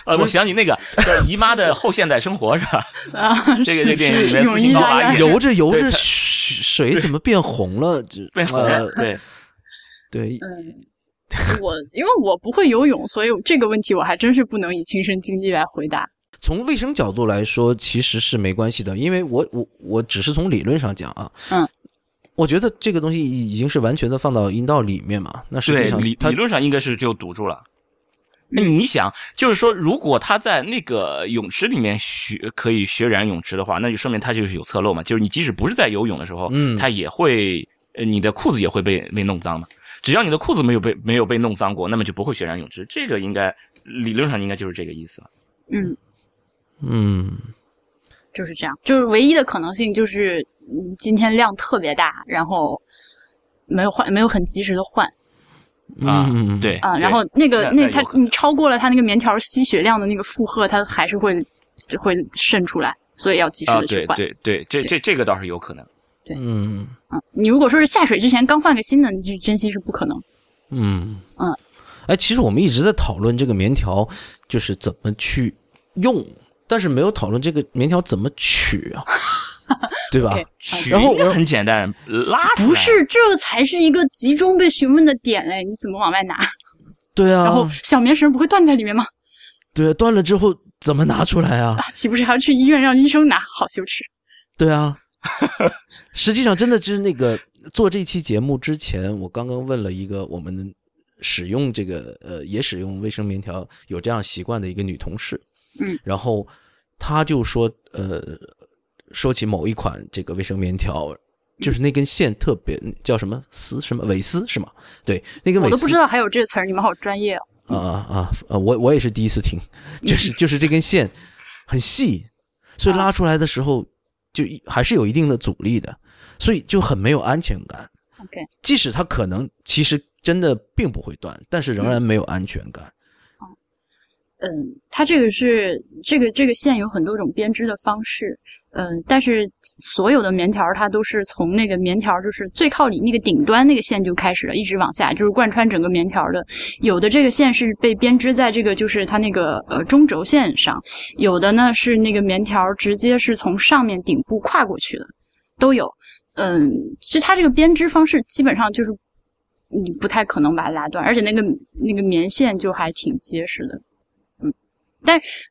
B: 呃，我想起那个叫《姨妈的后现代生活》是 吧？
C: 啊，
B: 这个这个电影里面
C: 是
B: 斯琴高娃
C: 泳衣拉
B: 也是
C: 烟
A: 游着游
B: 对
A: 着，
B: 她
A: 水水怎么变红了？ 这
B: 被
A: 呃，
B: 对，
A: 对，
C: 嗯，我因为我不会游泳，所以这个问题我还真是不能以亲身经历来回答。
A: 从卫生角度来说，其实是没关系的，因为我我我只是从理论上讲啊，
C: 嗯，
A: 我觉得这个东西已经是完全的放到阴道里面嘛，那实际
B: 对，
A: 上
B: 理
A: 它
B: 理论上应该是就堵住了。那你想，就是说，如果他在那个泳池里面血可以血染泳池的话，那就说明他就是有侧漏嘛。就是你即使不是在游泳的时候，
A: 嗯
B: 他也会，呃你的裤子也会被被弄脏嘛。只要你的裤子没有被没有被弄脏过，那么就不会血染泳池。这个应该理论上应该就是这个意思。
C: 嗯，
A: 嗯，
C: 就是这样，就是唯一的可能性就是嗯今天量特别大，然后没有换，没有很及时的换
B: 啊
A: 嗯，
B: 对
C: 啊、
B: 对
C: 然后那个
B: 那
C: 那
B: 那
C: 它
B: 有可能
C: 你超过了它那个棉条吸血量的那个负荷，它还是会就会渗出来，所以要及时
B: 啊，
C: 的去
B: 对
C: 换。
B: 对对，这这这个倒是有可能。
A: 啊嗯
C: 嗯，你如果说是下水之前刚换个新的，你就真心是不可能。
A: 嗯
C: 嗯，
A: 哎，其实我们一直在讨论这个棉条就是怎么去用，但是没有讨论这个棉条怎么取啊， 对吧
C: OK
B: 取
A: 然后
B: 应该
A: 我
B: 很简单，拉出来
C: 不是，这才是一个集中被询问的点嘞！你怎么往外拿？
A: 对
C: 然后
A: 啊，
C: 小棉绳不会断在里面吗？
A: 对啊，断了之后怎么拿出来啊
C: 啊？，岂不是还要去医院让医生拿？ 好羞耻！
A: 对啊，实际上真的就是那个做这期节目之前，我刚刚问了一个我们使用这个呃也使用卫生棉条有这样习惯的一个女同事，
C: 嗯，
A: 然后她就说呃说起某一款这个卫生棉条。就是那根线特别叫什么丝什么蕾丝是吗？对，那根
C: 我
A: 蕾
C: 都
A: 丝
C: 不知道还有这个词儿，你们好专业
A: 啊
C: 哦。
A: 啊啊！我我也是第一次听， 就是就是这根线很细，所以
C: 啊
A: 拉出来的时候就一还是有一定的阻力的，所以就很没有安全感。
C: OK，
A: 即使它可能其实真的并不会断，但是仍然没有安全感。
C: 嗯，它这个是这个这个线有很多种编织的方式，嗯，但是所有的棉条儿它都是从那个棉条儿就是最靠里那个顶端那个线就开始了，一直往下，就是贯穿整个棉条儿的。有的这个线是被编织在这个就是它那个呃中轴线上，有的呢是那个棉条儿直接是从上面顶部跨过去的，都有。嗯，其实它这个编织方式基本上就是你不太可能把它拉断，而且那个那个棉线就还挺结实的。嗯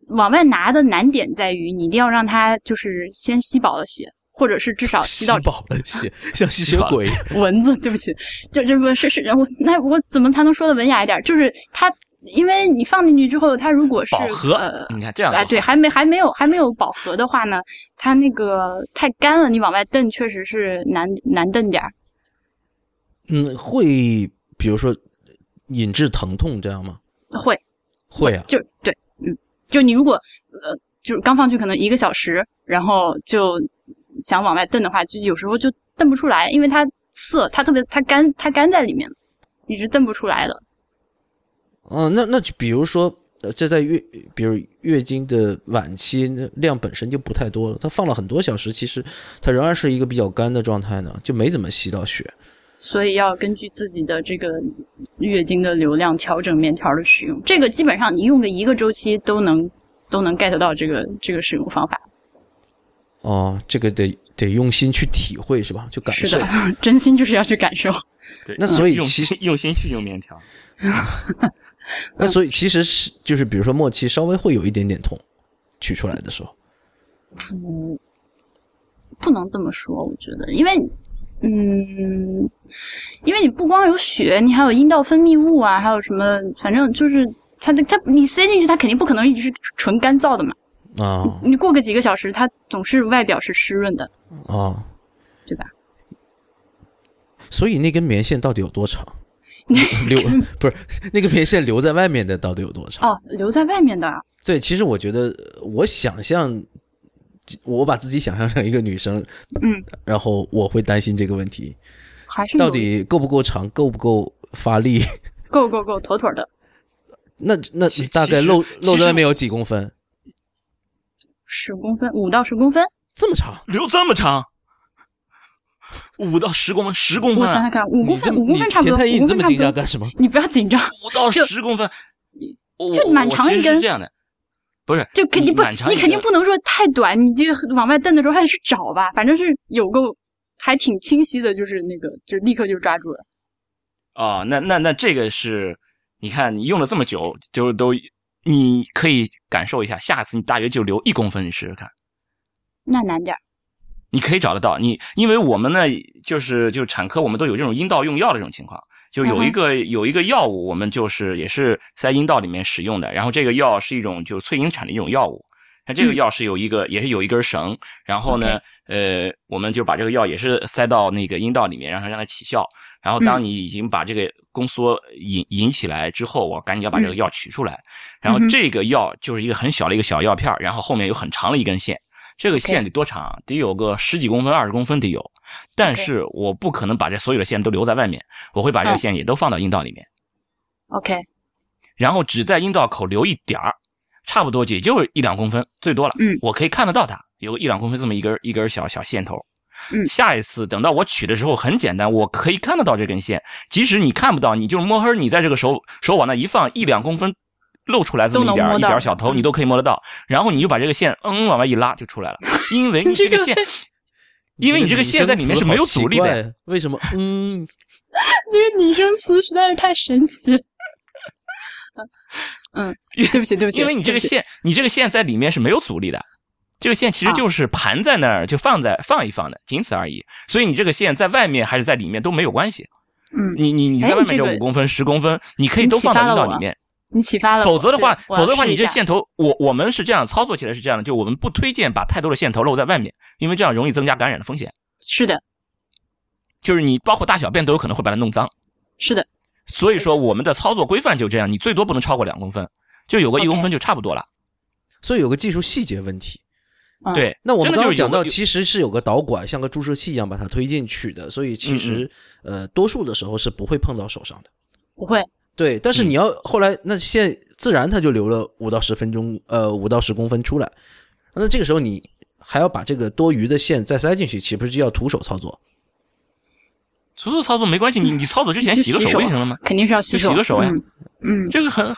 C: 往外拿的难点在于，你一定要让它就是先吸饱了血，或者是至少啊吸
A: 吸
C: 到
A: 饱了 血，像吸血鬼。
C: 蚊子。对不起，这这不是是我那我怎么才能说的文雅一点？就是它，因为你放进去之后，它如果是
B: 饱和
C: 呃。
B: 你看这样
C: 哎，对，还没还没有还没有饱和的话呢，它那个太干了，你往外蹬确实是难难蹬点儿。
A: 嗯，会比如说引致疼痛这样吗？
C: 会，
A: 会啊，
C: 就对，嗯，就你如果呃，就是刚放去可能一个小时，然后就想往外蹬的话，就有时候就蹬不出来，因为它涩，它特别它干它干在里面，你是蹬不出来的。
A: 嗯、那那就比如说，呃，这在月，比如月经的晚期那量本身就不太多了，它放了很多小时，其实它仍然是一个比较干的状态呢，就没怎么吸到血。
C: 所以要根据自己的这个月经的流量调整棉条的使用，这个基本上你用个一个周期都能都能 get 到这个这个使用方法，
A: 哦，这个得得用心去体会是吧？就感
C: 是
A: 受
C: 的。，真心就是要去感受。
B: 对，
A: 那所以
B: 用
A: 其实
B: 心 用心去用面条。
C: 嗯
A: 那所以其实是就是比如说末期稍微会有一点点痛，取出来的时候，
C: 不能这么说，我觉得，因为，嗯，因为你不光有血，你还有阴道分泌物啊，还有什么，反正就是它的它你塞进去，它肯定不可能一直是纯干燥的嘛。
A: 啊、
C: 你过个几个小时，它总是外表是湿润的，
A: 啊、
C: 对吧？
A: 所以那根棉线到底有多 长？留不是那个棉线留在外面的到底有多长？
C: 哦，留在外面的啊，
A: 对，其实我觉得呃我想象，我把自己想象成一个女生，
C: 嗯，
A: 然后我会担心这个问题，
C: 还
B: 嗯
C: 是有
A: 到底够不够长，够不够发力？
C: 够够够妥妥的，
A: 那那
B: 其
A: 大概
B: 其实
A: 露
B: 其
A: 露
B: 实
A: 在外面有几公分？
C: 十公分，五到十公分。
A: 这么长？
B: 留这么长，五到十公分，十公
C: 我
B: 分
C: 想
B: 啊，
C: 想看，五
A: 你
C: 公
A: 这
C: 分，
A: 么
C: 五公分
A: 你
C: 差不多，
A: 田太医，你
C: 五公
A: 这
C: 分
A: 么
C: 差不
A: 惊讶
C: 多。
A: 干什么？
C: 你不要紧张，
B: 五到
C: 就
B: 十公分，我
C: 就蛮长
B: 我其实
C: 一根
B: 是这样的，不是
C: 就肯定不
B: 你蛮，长一
C: 你
B: 根
C: 肯定不能说太短，你就往外蹬的时候还得去找吧，反正是有够，还挺清晰的，就是那个，就是立刻就抓住了。
B: 啊、那那那这个是，你看你用了这么久，就都你可以感受一下，下次你大约就留一公分，你试试看，
C: 那难点儿，
B: 你可以找得到。你因为我们呢，就是就是产科，我们都有这种阴道用药的这种情况。就有一个、有一个药物，我们就是也是在阴道里面使用的。然后这个药是一种就是催引产的一种药物。那这个药是有一个、也是有一根绳，然后呢呃，我们就把这个药也是塞到那个阴道里面，然后让它起效。然后
C: 嗯
B: 当你已经把这个宫缩引引起来之后，我赶紧要把这个药取出来。然后
C: 嗯嗯哼
B: 这个药就是一个很小的一个小药片儿，然后后面有很长的一根线。这个线得多长啊？得有个十几公分、二十公分得有。但是我不可能把这所有的线都留在外面，我会把这个
C: 嗯
B: 线也都放到阴道里面，哎
C: OK，
B: 然后只在阴道口留一点儿，差不多也就是一两公分，最多了。
C: 嗯
B: 我可以看得到它有个一两公分这么一根一根小小线头。
C: 嗯
B: 下一次等到我取的时候很简单，我可以看得到这根线，即使你看不到，你就是摸黑儿，你在这个手手往那一放，一两公分露出来这么一点
C: 都能
B: 儿
C: 摸
B: 一
C: 到
B: 点儿小头，
C: 嗯
B: 你都可以摸得到。然后你就把这个线嗯往外一拉就出来了，因 为你这个线，因为你这个线在里面是没有阻力的。
A: 呀。啊为什么？嗯，
C: 这个拟声词实在是太神奇了。嗯，对不起，对不起，
B: 因为你这个
C: 对不起
B: 线，你这个线在里面是没有阻力的，这个线
C: 啊
B: 其实就是盘在那儿，就放在放一放的，仅此而已。所以你这个线在外面还是在里面都没有关系。
C: 嗯，
B: 你你你
C: 哎
B: 在外面
C: 这
B: 这
C: 个
B: 五公分、十公分，你可以
C: 你
B: 都
C: 启
B: 放到
C: 发
B: 阴
C: 了
B: 道
C: 我
B: 里面，
C: 你启发了我，
B: 否则的话，
C: 对
B: 否则的话，你这，
C: 我要试一下
B: 线头，我我们是这样操作起来是这样的，就我们不推荐把太多的线头露在外面，因为这样容易增加感染的风险。
C: 是的，
B: 就是你包括大小便都有可能会把它弄脏。
C: 是的，
B: 所以说我们的操作规范就这样，你最多不能超过两公分，就有个一
C: OK
B: 公分就差不多了。
A: 所以有个技术细节问题。
C: 嗯
B: 对，
A: 那我们
B: 真的
A: 刚
B: 就
A: 刚
B: 是有
A: 讲
B: 个
A: 到，其实是有个导管，像个注射器一样把它推进去的，所
B: 嗯
A: 以其实呃，多数的时候是不会碰到手上的。
C: 不会，
A: 对，但是
B: 嗯
A: 你要后来那线自然它就留了五到十分钟，呃，五到十公分出来，那这个时候你还要把这个多余的线再塞进去，岂不是就要徒手操作？
B: 徒手操作没关系，你
C: 嗯
B: 你操作之前洗个手不就行了吗？
C: 肯定是要洗
B: 就洗个手呀
C: 嗯，嗯，
B: 这个很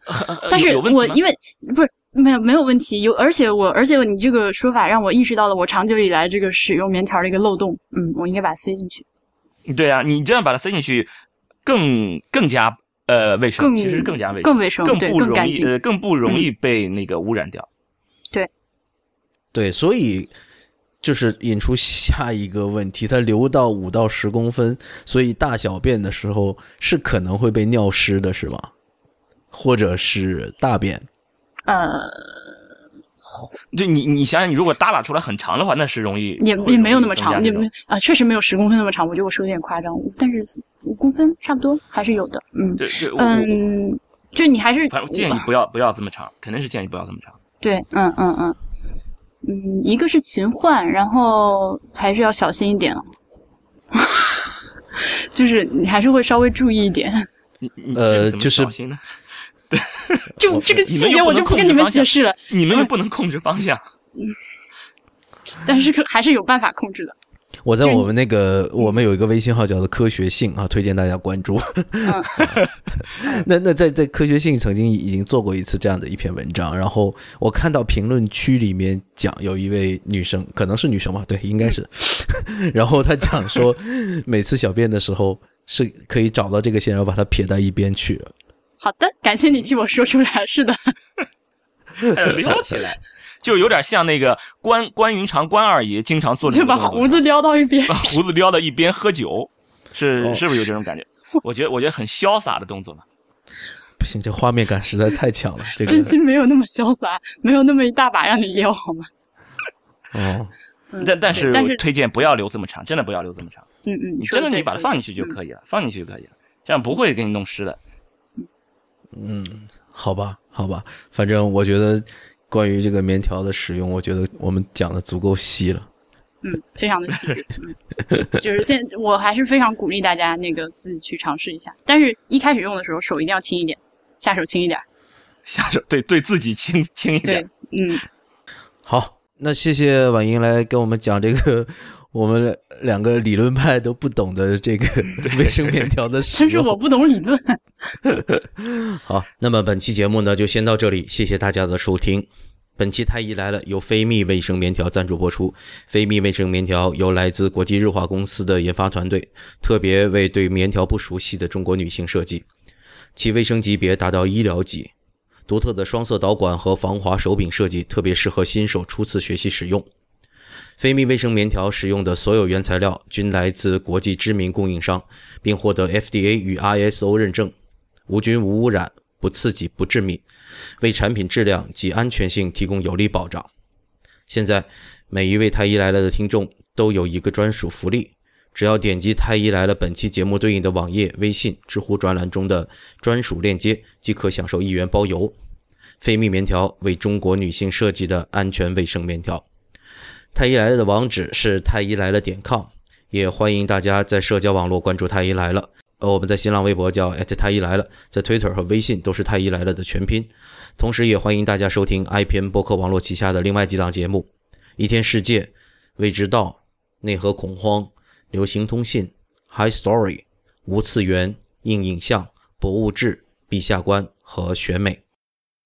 B: 很，
C: 但是
B: 呃有问
C: 我
B: 题吗？
C: 因为不是没有没有问题，有而且我而且你这个说法让我意识到了我长久以来这个使用棉条的一个漏洞，嗯，我应该把它塞进去，
B: 对啊，你这样把它塞进去，更更加呃卫生，
C: 更
B: 其实更加卫生，
C: 更卫生，
B: 更
C: 对，
B: 不
C: 更
B: 容
C: 干
B: 易
C: 净，嗯
B: 呃更不容易被那个污染掉。
A: 对，所以就是引出下一个问题，它留到五到十公分，所以大小便的时候是可能会被尿湿的，是吧？或者是大便？
C: 呃，
B: 就你你想想，你如果耷拉出来很长的话，那是容易
C: 也
B: 会
C: 也没有那么
B: 容
C: 长，
B: 易增加
C: 也
B: 这种
C: 没啊，确实没有十公分那么长，我觉得我说的有点夸张，但是五公分差不多还是有的，嗯
B: 对对，我我
C: 嗯，就你还是
B: 反正建议不要不要这么长，肯定是建议不要这么长。
C: 对，嗯嗯嗯，嗯，一个是勤换，然后还是要小心一点了， 就是你还是会稍微注意一点。
B: 你你
A: 呃
B: 这个怎么
A: 就是
B: 小心呢？
C: 就这个
B: 哦你
C: 细
B: 们
C: 节
B: 又不
C: 我就
B: 能
C: 不
B: 控
C: 跟
B: 制
C: 你们
B: 方
C: 解
B: 向
C: 释了，
B: 你们又不能控制方向，
C: 但是可还是有办法控制的。
A: 我在
C: 就是
A: 我们那个我们有一个微信号叫做科学性啊，推荐大家关注。
C: 嗯
A: 那那在在科学性曾经已经做过一次这样的一篇文章，然后我看到评论区里面讲有一位女生，可能是女生吧，对，应该是，
C: 嗯
A: 然后她讲 说每次小便的时候是可以找到这个线，然后把它撇到一边去。
C: 好的，感谢你替我说出来。是的，
B: 还要哎撩起来， 就有点像那个关关云长关二爷经常做这
C: 就
B: 个
C: 把
B: 动作
C: 胡子撩到一边
B: 把。胡子撩到一边喝酒，是
A: 哦
B: 是不是有这种感觉？我觉得我觉得很潇洒的动作嘛。
A: 不行，这画面感实在太强了，这个
C: 真心没有那么潇洒，没有那么一大把让你撩，好吗？
A: 哦，
C: 嗯
B: 但但是
C: 对但
B: 我
C: 是
B: 推荐不要留这么长，真的不要留这么长。
C: 嗯嗯，
B: 你真的
C: 说得对
B: 你把它放进去就可以了，放进去就可以了，这样不会给你弄湿的。
A: 好吧，好吧，反正我觉得关于这个棉条的使用，我觉得我们讲的足够细了。
C: 嗯，非常的细致。嗯，就是现在我还是非常鼓励大家那个自己去尝试一下，但是一开始用的时候手一定要轻一点，下手轻一点。
B: 下手对对自己轻轻一
C: 对
B: 点，，
C: 嗯，
A: 好，那谢谢婉莹来跟我们讲这个 我们两个理论派都不懂的这个卫生棉条的使
C: 真是
A: 用。
C: 我不懂理论。
A: 好，那么本期节目呢就先到这里，谢谢大家的收听。本期《太医来了》由飞蜜卫生棉条赞助播出。飞蜜卫生棉条由来自国际日化公司的研发团队，特别为对棉条不熟悉的中国女性设计，其卫生级别达到医疗级。独特的双色导管和防滑手柄设计特别适合新手初次学习使用。非密卫生棉条使用的所有原材料均来自国际知名供应商，并获得 FDA 与 ISO 认证，无菌、无污染、不刺激、不致敏，为产品质量及安全性提供有力保障。现在，每一位太医来了的听众都有一个专属福利，只要点击“太医来了”本期节目对应的网页、微信、知乎专栏中的专属链接，即可享受一元包邮。飞密棉条为中国女性设计的安全卫生棉条。太医来了的网址是太医来了点 com，也欢迎大家在社交网络关注太医来了。呃，我们在新浪微博叫太医来了，在 Twitter 和微信都是太医来了的全拼。同时，也欢迎大家收听 IPN 播客网络旗下的另外几档节目：一天世界、未知道、内核恐慌、流行通信、High Story、无次元、硬影像、博物志、陛下观和选美。